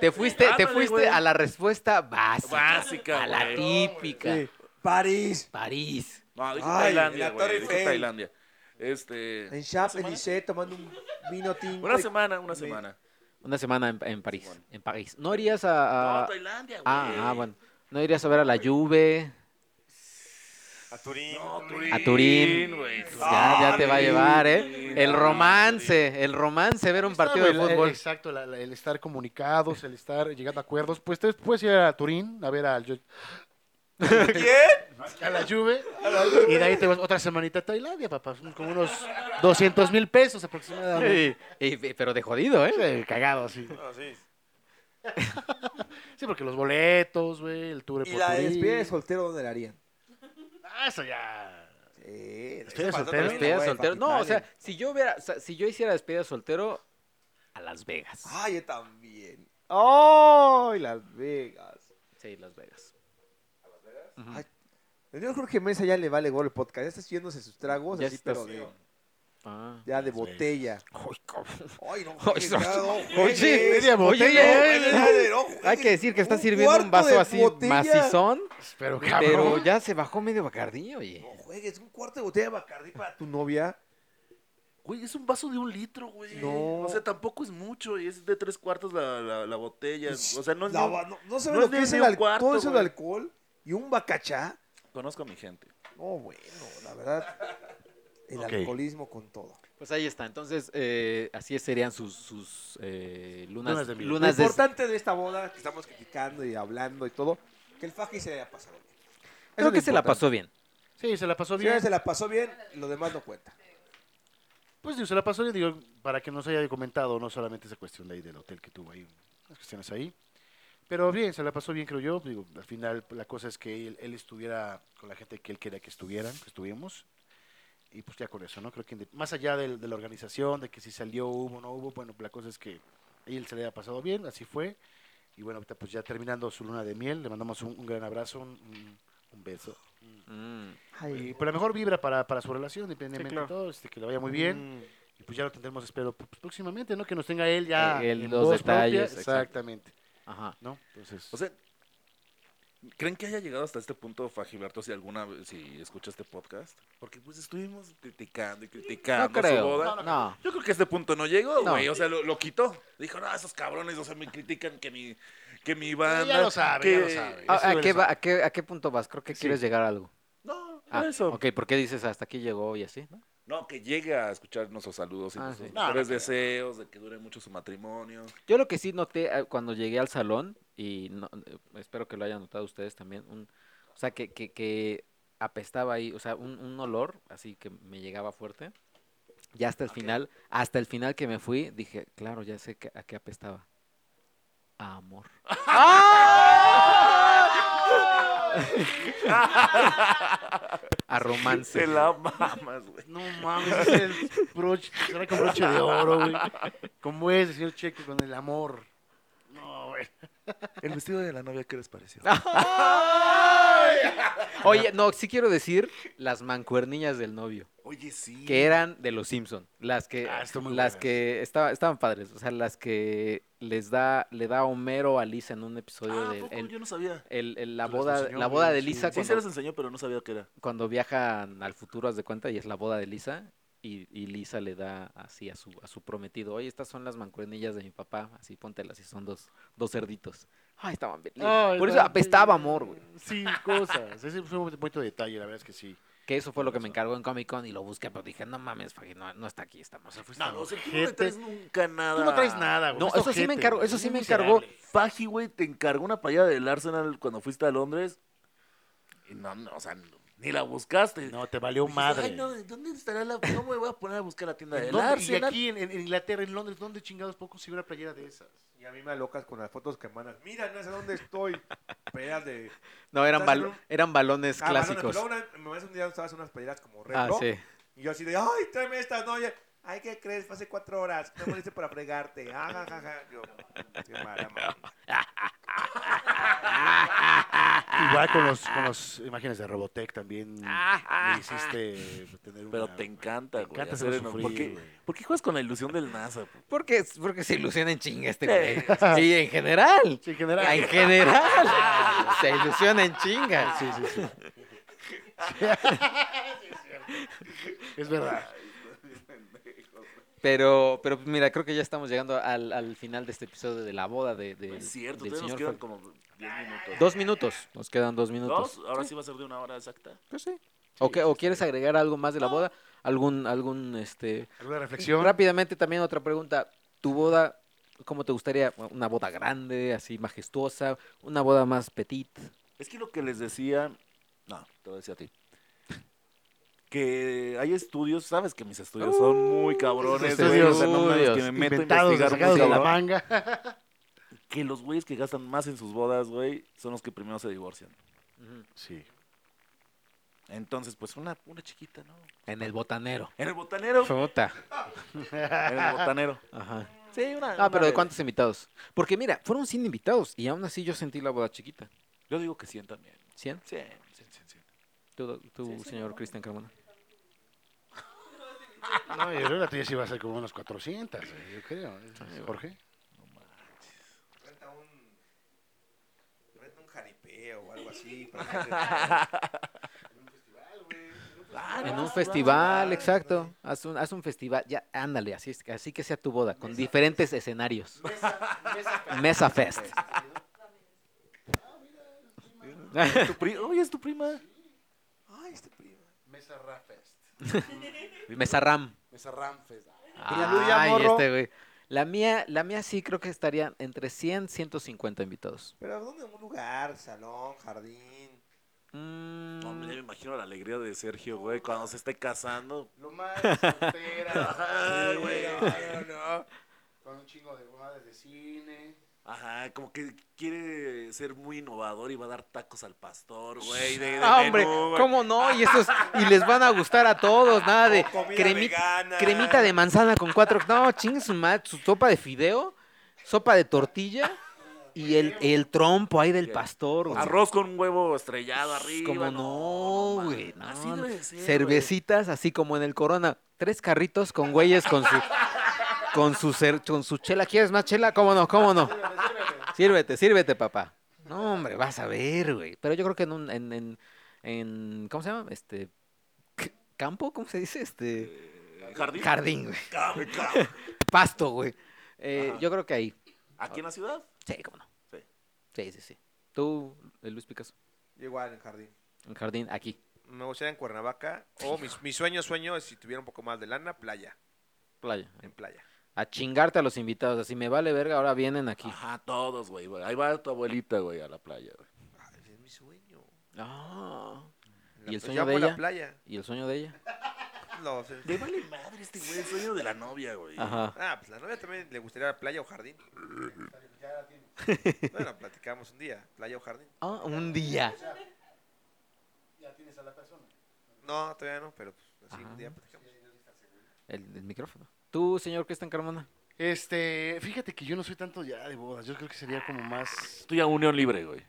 C: Te fuiste, te
B: Ándale,
C: fuiste
B: güey.
C: a la respuesta básica.
B: Básica,
C: A la
B: güey.
C: típica.
A: Sí.
D: París,
C: París.
B: No, dije
D: Ay,
B: Tailandia,
D: la Torre
B: güey. Dije
D: Eiffel.
B: Tailandia. Este,
D: en Champs-Élysées, tomando un vino tinto.
B: una
D: y-
B: semana, una semana.
C: Una semana en, en París. En París. ¿No irías a...? a-
B: No, Tailandia, güey.
C: ah, ah, bueno. ¿No irías a ver a la Juve?
D: A Turín.
B: No, Turín.
C: A Turín.
B: güey.
C: Pues ya, ya te va a llevar, ¿eh?
B: Turín,
C: El
B: Turín,
C: romance. El romance, ver un
A: Está,
C: partido de
A: güey, el-
C: fútbol.
A: exacto, la- la- el estar comunicados, el estar llegando a acuerdos. Pues te puedes ir a Turín a ver al, Yo-
D: ¿Quién?
A: a la Juve y de ahí te vas otra semanita a Tailandia, papá. Son como unos 200 mil pesos aproximadamente.
C: Sí, y- pero de jodido, ¿eh?
A: Sí, Cagado, sí.
C: Ah,
D: No, sí.
A: Sí, porque los boletos, güey, el tour por Turín.
H: soltero dónde la harían?
A: Ah, eso ya.
H: Sí,
A: Despedida soltera.
D: pasó también.
C: Despedida
H: güey,
C: soltero.
H: pa'
C: No, o sea,
H: Italia.
C: si yo hubiera, o sea, si yo hiciera despedida soltero, a Las Vegas.
H: Ah, yo también. ¡Oh! Las Vegas.
C: Sí, Las Vegas.
H: El señor Jorge Mesa ya le vale gol el podcast. Ya está siguiéndose sus tragos,
C: Ya
H: así,
C: está
H: pero
C: así.
H: de-
I: Ah.
D: Ya de botella. Ay, no.
C: Ay, no.
D: Oye,
A: Media botella. ¿eh?
C: Hay que decir que está
D: Un
C: sirviendo un
D: cuarto de
C: vaso así
D: botella.
C: macizón,
A: Pero
C: pero
A: cabrón.
C: ya se bajó medio bacardí, oye.
D: No juegues un cuarto de botella de Bacardí para tu novia.
B: Güey, es un vaso de un litro, güey.
D: No.
B: O sea, tampoco es mucho. y Es de tres cuartos la, la, la botella. O sea, no es.
D: La
B: ni un-
D: va- no, no sabes
B: no
D: lo
B: es
D: que
B: ni-
D: es
B: ni
D: el
B: un
D: alcohol,
B: cuarto,
D: todo eso de
B: güey.
D: alcohol y un bacachá.
B: Conozco a mi gente.
D: No, bueno, la verdad. El
B: Ok.
D: alcoholismo con todo.
I: Pues ahí está. Entonces, eh, así serían sus, sus eh, lunas,
B: Lunas
I: lunas
B: de
I: de
B: miel.
D: Lo importante de esta boda, que estamos criticando y hablando y todo, que el faji se haya pasado bien. Eso es
C: Creo
D: lo
C: que se la
D: importante.
C: pasó bien.
A: Sí, se la pasó
D: Si ella
A: bien.
D: se la pasó bien, lo demás no cuenta.
A: Pues digo, se la pasó bien, digo, para que nos haya comentado, no solamente esa cuestión de ahí del hotel que tuvo ahí, las cuestiones ahí. Pero bien, se la pasó bien, creo yo. Digo, al final la cosa es que él, él estuviera con la gente que él quería que estuvieran, que estuviéramos. Y pues ya con eso, ¿no? Creo que inde- más allá del- de, la organización, de que si salió, hubo o no hubo, bueno, la cosa es que a él se le haya pasado bien, así fue. Y bueno, ahorita pues ya terminando su luna de miel, le mandamos un, un gran abrazo, un- un- un beso. Y por la mejor vibra para, para su relación, independientemente de todo, este, que le vaya muy
D: Mm.
A: bien.
J: Mm.
A: Y pues ya lo tendremos, espero, pues, próximamente, ¿no? Que nos tenga él ya
I: Eh, el-
A: en
I: los
A: voz propia.
I: detalles, exacto.
A: Exactamente.
I: Ajá.
A: ¿No? Entonces,
B: O sea, ¿creen que haya llegado hasta este punto Fajiberto si alguna vez, si escucha este podcast? Porque pues estuvimos criticando y criticando
I: No
B: su
I: creo.
B: boda.
I: No, no.
B: Yo creo que a este punto no llegó,
I: No.
B: güey. O sea, lo, lo quitó. Dijo, no, esos cabrones, o sea, me critican que mi, que mi
A: ya
B: banda.
A: lo sabe,
B: que...
A: ya lo sabe.
C: ¿A,
A: Eso
C: Ah, a
A: él
C: qué
A: sabe.
C: va- a qué- a qué punto vas? Creo que quieres llegar a algo.
B: No,
C: Ah,
B: no eso.
C: Ok, ¿por qué dices hasta aquí llegó y así?
B: No, que llegue a escuchar nuestros saludos y
C: Ah,
B: nuestros
C: sí.
A: No,
B: mejores
A: no, no.
B: deseos, de que dure mucho su matrimonio.
C: Yo lo que sí noté eh, cuando llegué al salón, y no- eh, espero que lo hayan notado ustedes también, un, o sea, que, que, que apestaba ahí, o sea, un, un olor, así que me llegaba fuerte. Y hasta el final, hasta el final que me fui, dije, claro, ya sé que, a qué apestaba. A amor. a romance.
B: Se la mamas, güey.
A: No mames, ese es el broche, será con broche de oro, güey. Como es el señor Cheque con el amor. No, güey.
B: El vestido de la novia, ¿qué les pareció?
A: Ah.
C: Oye, no, sí quiero decir las mancuernillas del novio.
B: Oye, sí.
C: que eran de los Simpson, las que
A: Ah, están muy
C: las
A: buenas.
C: que estaba- estaban padres, o sea, las que les da le da Homero a Lisa en un episodio
B: Ah,
C: de
B: poco?
C: el-
B: Yo no sabía.
C: el- el- la
A: Se las
C: boda
A: enseñó,
C: la boda de
A: güey,
C: Lisa
A: sí.
B: Sí, se
C: cuando,
B: los enseñó, pero no sabía qué era.
C: cuando viajan al futuro haz de cuenta y es la boda de Lisa y, y Lisa le da así a su a su prometido, "Oye, estas son las mancuernillas de mi papá, así póntelas y son dos dos cerditos." Ay, estaban bien. lindas.
A: Ay,
C: Por eso
A: güey.
C: apestaba amor, güey.
A: Sí, cosas. Ese fue un bonito detalle, la verdad es que sí.
C: Que eso fue lo que me encargó en Comic Con y lo busqué, pero dije, no mames, Fagi, no, no está aquí, estamos.
A: No,
B: O sea, tú no le traes nunca nada.
A: Tú no traes nada, güey.
C: No,
A: Estás
C: eso sí me
A: ojete,
C: encargó,
A: güey.
C: eso sí
A: Muy
C: me encargó.
A: miserable.
B: Faji, güey, te encargó una payada del Arsenal cuando fuiste a Londres. Y no, no, o sea, no- ni la buscaste.
A: No, te valió
B: Dices,
A: madre.
B: Ay, no, ¿dónde estará la.? No me voy a poner a buscar la tienda del
A: ¿Dónde- y
B: Arsenal.
A: aquí en, en Inglaterra, en Londres, ¿dónde chingados puedo conseguir una playera de esas?
J: Y a mí me alocas con las fotos que mandas. Mira, no sé dónde estoy. Pedas de.
C: No, eran,
J: Estás en
C: balo-
J: un-
C: eran balones
J: Ah, balones,
C: clásicos.
J: pero una- me mandas un día usabas unas pedas como red,
C: Ah,
J: ¿no?
C: sí.
J: Y yo así de, ay, tráeme estas, no, ya. Ay, ¿qué crees? Fue hace cuatro horas. No moleste para fregarte. Ah, ja, ja, ja. Yo, qué mala, mala.
A: Igual con los, con las imágenes de Robotech también me hiciste tener una...
B: Pero te encanta,
A: Te
B: güey.
A: encanta
B: hacer
A: hacerlo
B: eno-
A: sufrir,
B: ¿Por qué,
A: güey.
B: por qué juegas con la ilusión del NASA? po?
C: Porque, porque se ilusionan chinga este güey. Sí, en general.
A: Sí, en general.
C: En general. Se ilusionan chinga. Sí, sí, sí.
A: Es verdad.
C: Pero, pero mira, creo que ya estamos llegando al, al final de este episodio de la boda de, de-
B: No es cierto,
C: del
B: todavía nos quedan
C: señor. Fal-
B: como 10 minutos.
C: Dos minutos. Nos quedan dos minutos.
B: ¿Dos? Ahora sí va a ser de una hora exacta.
C: Pues sí. ¿O, qué- o quieres agregar algo más de la boda? ¿Algún, algún, este...
A: ¿Alguna reflexión?
C: Rápidamente también otra pregunta. ¿Tu boda, cómo te gustaría? ¿Una boda grande, así majestuosa? ¿Una boda más petit?
B: Es que lo que les decía. No, te lo decía a ti. Que hay estudios, sabes que mis estudios son muy cabrones.
A: esos
B: güey, o sea, no mames, que
C: estudios
B: me meto a
A: Inventados,
B: investigar
A: sacados
B: muy
A: de la
B: cabrón.
A: manga.
B: Que los güeyes que gastan más en sus bodas, güey, son los que primero se divorcian.
A: Sí.
B: Entonces, pues una, una chiquita, ¿no?
C: En el botanero.
B: En el botanero.
C: Fota.
B: En el botanero.
C: Ajá.
B: Sí, una.
C: Ah,
B: una
C: pero ¿de
B: de-
C: cuántos invitados? Porque mira, fueron 100 invitados y aún así yo sentí la boda chiquita.
B: Yo digo que 100 también.
C: ¿100?
B: 100, 100, 100.
C: ¿Tú, tú, señor Cristian Carmona?
A: No, yo creo que la tuya sí va a ser como unas 400, güey, yo creo. ¿eh? Jorge.
D: Renta un. Renta un jaripeo o algo así. para que
C: En un festival, exacto. Haz un, haz un festival, ya, ándale, así, es- así que sea tu boda, con diferentes escenarios. Mesa Fest.
B: ¿Tu pri- Oye, es tu prima.
A: Mesa Ramfest.
C: Mesa Ram.
A: Mesa Ramfest.
C: Ay, este güey. La mía, la mía sí creo que estaría entre 100, 150 invitados.
K: Pero ¿dónde? ¿Un lugar? ¿Salón? ¿Jardín?
C: Mm,
B: Hombre, ya me imagino la alegría de Sergio, güey, cuando se esté casando.
A: Lo más soltera.
B: Ay, güey,
A: no, no, no. Con un chingo de guadas de cine.
B: Ajá, como que quiere ser muy innovador y va a dar tacos al pastor, güey. De, de
C: Ah, hombre,
B: menú, güey.
C: ¿cómo no? Y esos, y les van a gustar a todos, nada de
D: O comida
C: cremi-
D: vegana.
C: cremita de manzana con cuatro. No, chingue su madre, su sopa de fideo, sopa de tortilla y el, el trompo ahí del pastor, güey.
B: Arroz con un huevo estrellado arriba.
C: Como no, güey.
B: mames.
C: no,
B: Así
C: no.
B: debe de ser, güey.
C: Cervecitas, así como en el Corona. Tres carritos con güeyes con su con su cer- con su chela. ¿Quieres más chela? ¿Cómo no? ¿Cómo no? Sírvete, sírvete, papá. No, hombre, vas a ver, güey. Pero yo creo que en un en, en, en- ¿cómo se llama? Este c- campo, ¿cómo se dice? Este
B: Jardín.
C: jardín, güey.
B: Cam- cam.
C: Pasto, güey. Eh,
B: Ajá.
C: yo creo que ahí.
B: Aquí en la ciudad.
C: Sí, cómo no.
B: Sí.
C: Sí, sí, sí. Tú, eh, Luis Picasso,
K: Igual, en jardín.
C: en jardín aquí.
D: Me gustaría en Cuernavaca. O mi, mi sueño, sueño, es si tuviera un poco más de lana, playa.
C: Playa.
D: En playa.
C: a chingarte a los invitados. Así me vale verga, ahora vienen aquí.
B: Ajá, todos, güey. güey. Ahí va tu abuelita, güey, a la playa, güey.
D: Ay, es mi sueño.
C: Ah.
D: En la
C: ¿Y el
D: playa.
C: sueño
D: Yo amo
C: de
D: la
C: ella?
D: playa.
C: ¿Y el sueño de ella?
D: No, sí.
B: Le vale madre este güey, el sueño de la novia, güey.
C: Ajá.
D: Ah, pues la novia también le gustaría la playa o jardín. Bueno, platicamos un día, playa o jardín.
C: Ah, un día.
A: Ya tienes a la persona.
D: No, todavía no, pero pues, así
C: Ah.
D: un día platicamos.
C: El, el micrófono. Tú, señor Cristian Carmona.
A: Este, fíjate que yo no soy tanto ya de bodas. Yo creo que sería como más.
B: Tú ya unión libre, güey.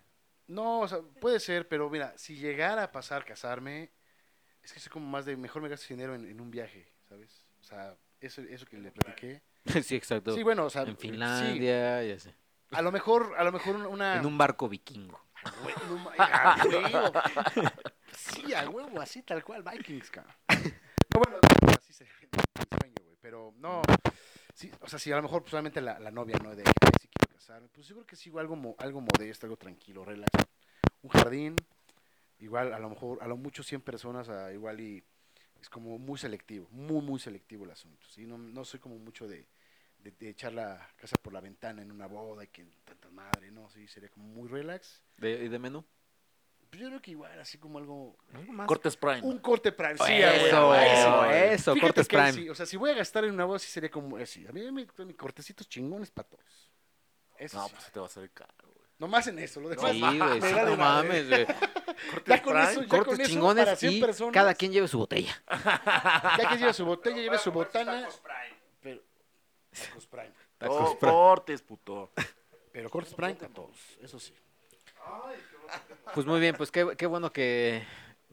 A: No, o sea, puede ser, pero mira, si llegara a pasar casarme, es que soy como más de mejor me gasto dinero en, en un viaje, ¿sabes? O sea, eso, eso que le platiqué.
C: sí, exacto.
A: Sí, bueno, o sea,
C: en
A: sí,
C: Finlandia y así.
A: a lo mejor, a lo mejor una.
C: En un barco vikingo.
A: Güey, no ma- a huevo. Sí, a huevo, así tal cual, Vikings, cabrón. No, bueno, pues, así se el sueño, güey, pero no. Sí, o sea, si a lo mejor pues, solamente la, la novia, ¿no? De que sí quiero casarme, pues yo creo que sí, algo, mo- algo modesto, algo tranquilo, relax. Un jardín, igual, a lo mejor, a lo mucho 100 personas, a igual y es como muy selectivo, muy, muy selectivo el asunto, ¿sí? No, no soy como mucho de, de- de echar la casa por la ventana en una boda y que tanta madre, ¿no? Sí, sería como muy relax.
C: ¿De, y de menú?
A: Pues yo creo que igual, así como algo.
B: Cortes Prime.
A: Un corte prime. Sí, a
C: Eso,
A: huevo, ahí sí.
C: eso,
A: Fíjate
C: cortes
A: que ahí
C: prime.
A: sí, o sea, si voy a gastar en una voz, sí sería como así. A mí me mis cortecitos chingones para todos. Eso.
B: No,
A: sí.
B: pues se te va a hacer caro, güey.
A: Nomás en eso, lo
C: Sí,
A: demás.
C: güey, sí,
A: da
C: no
A: de
C: mames, güey.
A: ya con eso, ya con eso,
C: Cortes
A: para
C: chingones
A: 100
C: y
A: personas,
C: cada quien lleve su botella.
A: Ya que lleve su botella, lleve su botana. Pero, tacos prime.
B: Oh, cortes, puto.
A: Pero cortes prime para todos, eso sí.
C: Pues muy bien, pues qué, qué bueno que,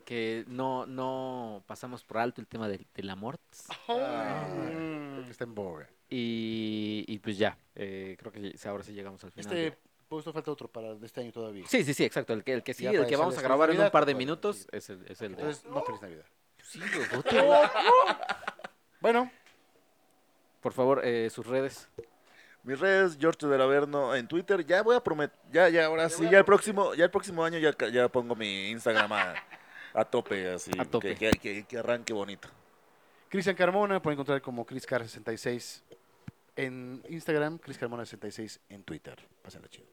C: que no, no pasamos por alto el tema del, del amor.
A: Creo que está en boga.
C: Y, y pues ya, eh, creo que sí- ahora sí llegamos al final.
A: Este, pues no falta otro para de este año todavía.
C: Sí, sí, sí, exacto. El que, el que
A: Ya
C: sigue, el
A: para
C: que
A: eso
C: vamos
A: les
C: a
A: feliz
C: grabar en un
A: Navidad,
C: par de
A: compadre.
C: minutos es el, es el de...
A: Entonces, no, feliz Navidad.
C: Sí, güey, bótenla.
A: Bueno,
C: Por favor, eh, sus redes.
B: Mis redes, George del Averno en Twitter. Ya voy a prometer, ya, ya, ahora sí, ya el próximo, ya el próximo año ya, ca- ya pongo mi Instagram a, a tope, así.
C: A tope.
B: Que, que- que- que arranque bonito.
A: Cristian Carmona, pueden encontrar como ChrisCar66 en Instagram, ChrisCarmona66 en Twitter. Pásenla chido.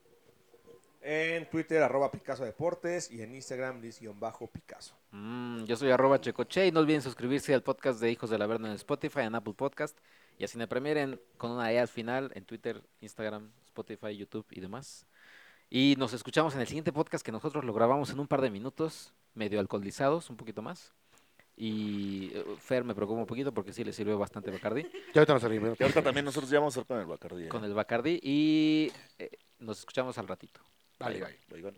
K: En Twitter, arroba Picasso Deportes. Y en Instagram, Liz-Picasso.
C: Mm, yo soy arroba checoche y no olviden suscribirse al podcast de Hijos de la Verna en Spotify, en Apple Podcast y a Cine Premier en- con una E al final en Twitter, Instagram, Spotify, YouTube y demás. Y nos escuchamos en el siguiente podcast que nosotros lo grabamos en un par de minutos, medio alcoholizados, un poquito más. Y eh, Fer me preocupa un poquito porque sí le sirvió bastante Bacardi.
A: Ya ahorita nos salimos.
B: Y ahorita también nosotros ya vamos a estar con el Bacardí. ¿eh?
C: con el Bacardi y eh, nos escuchamos al ratito.
A: Vale,
C: Ahí va.
A: bye.
B: Oigan.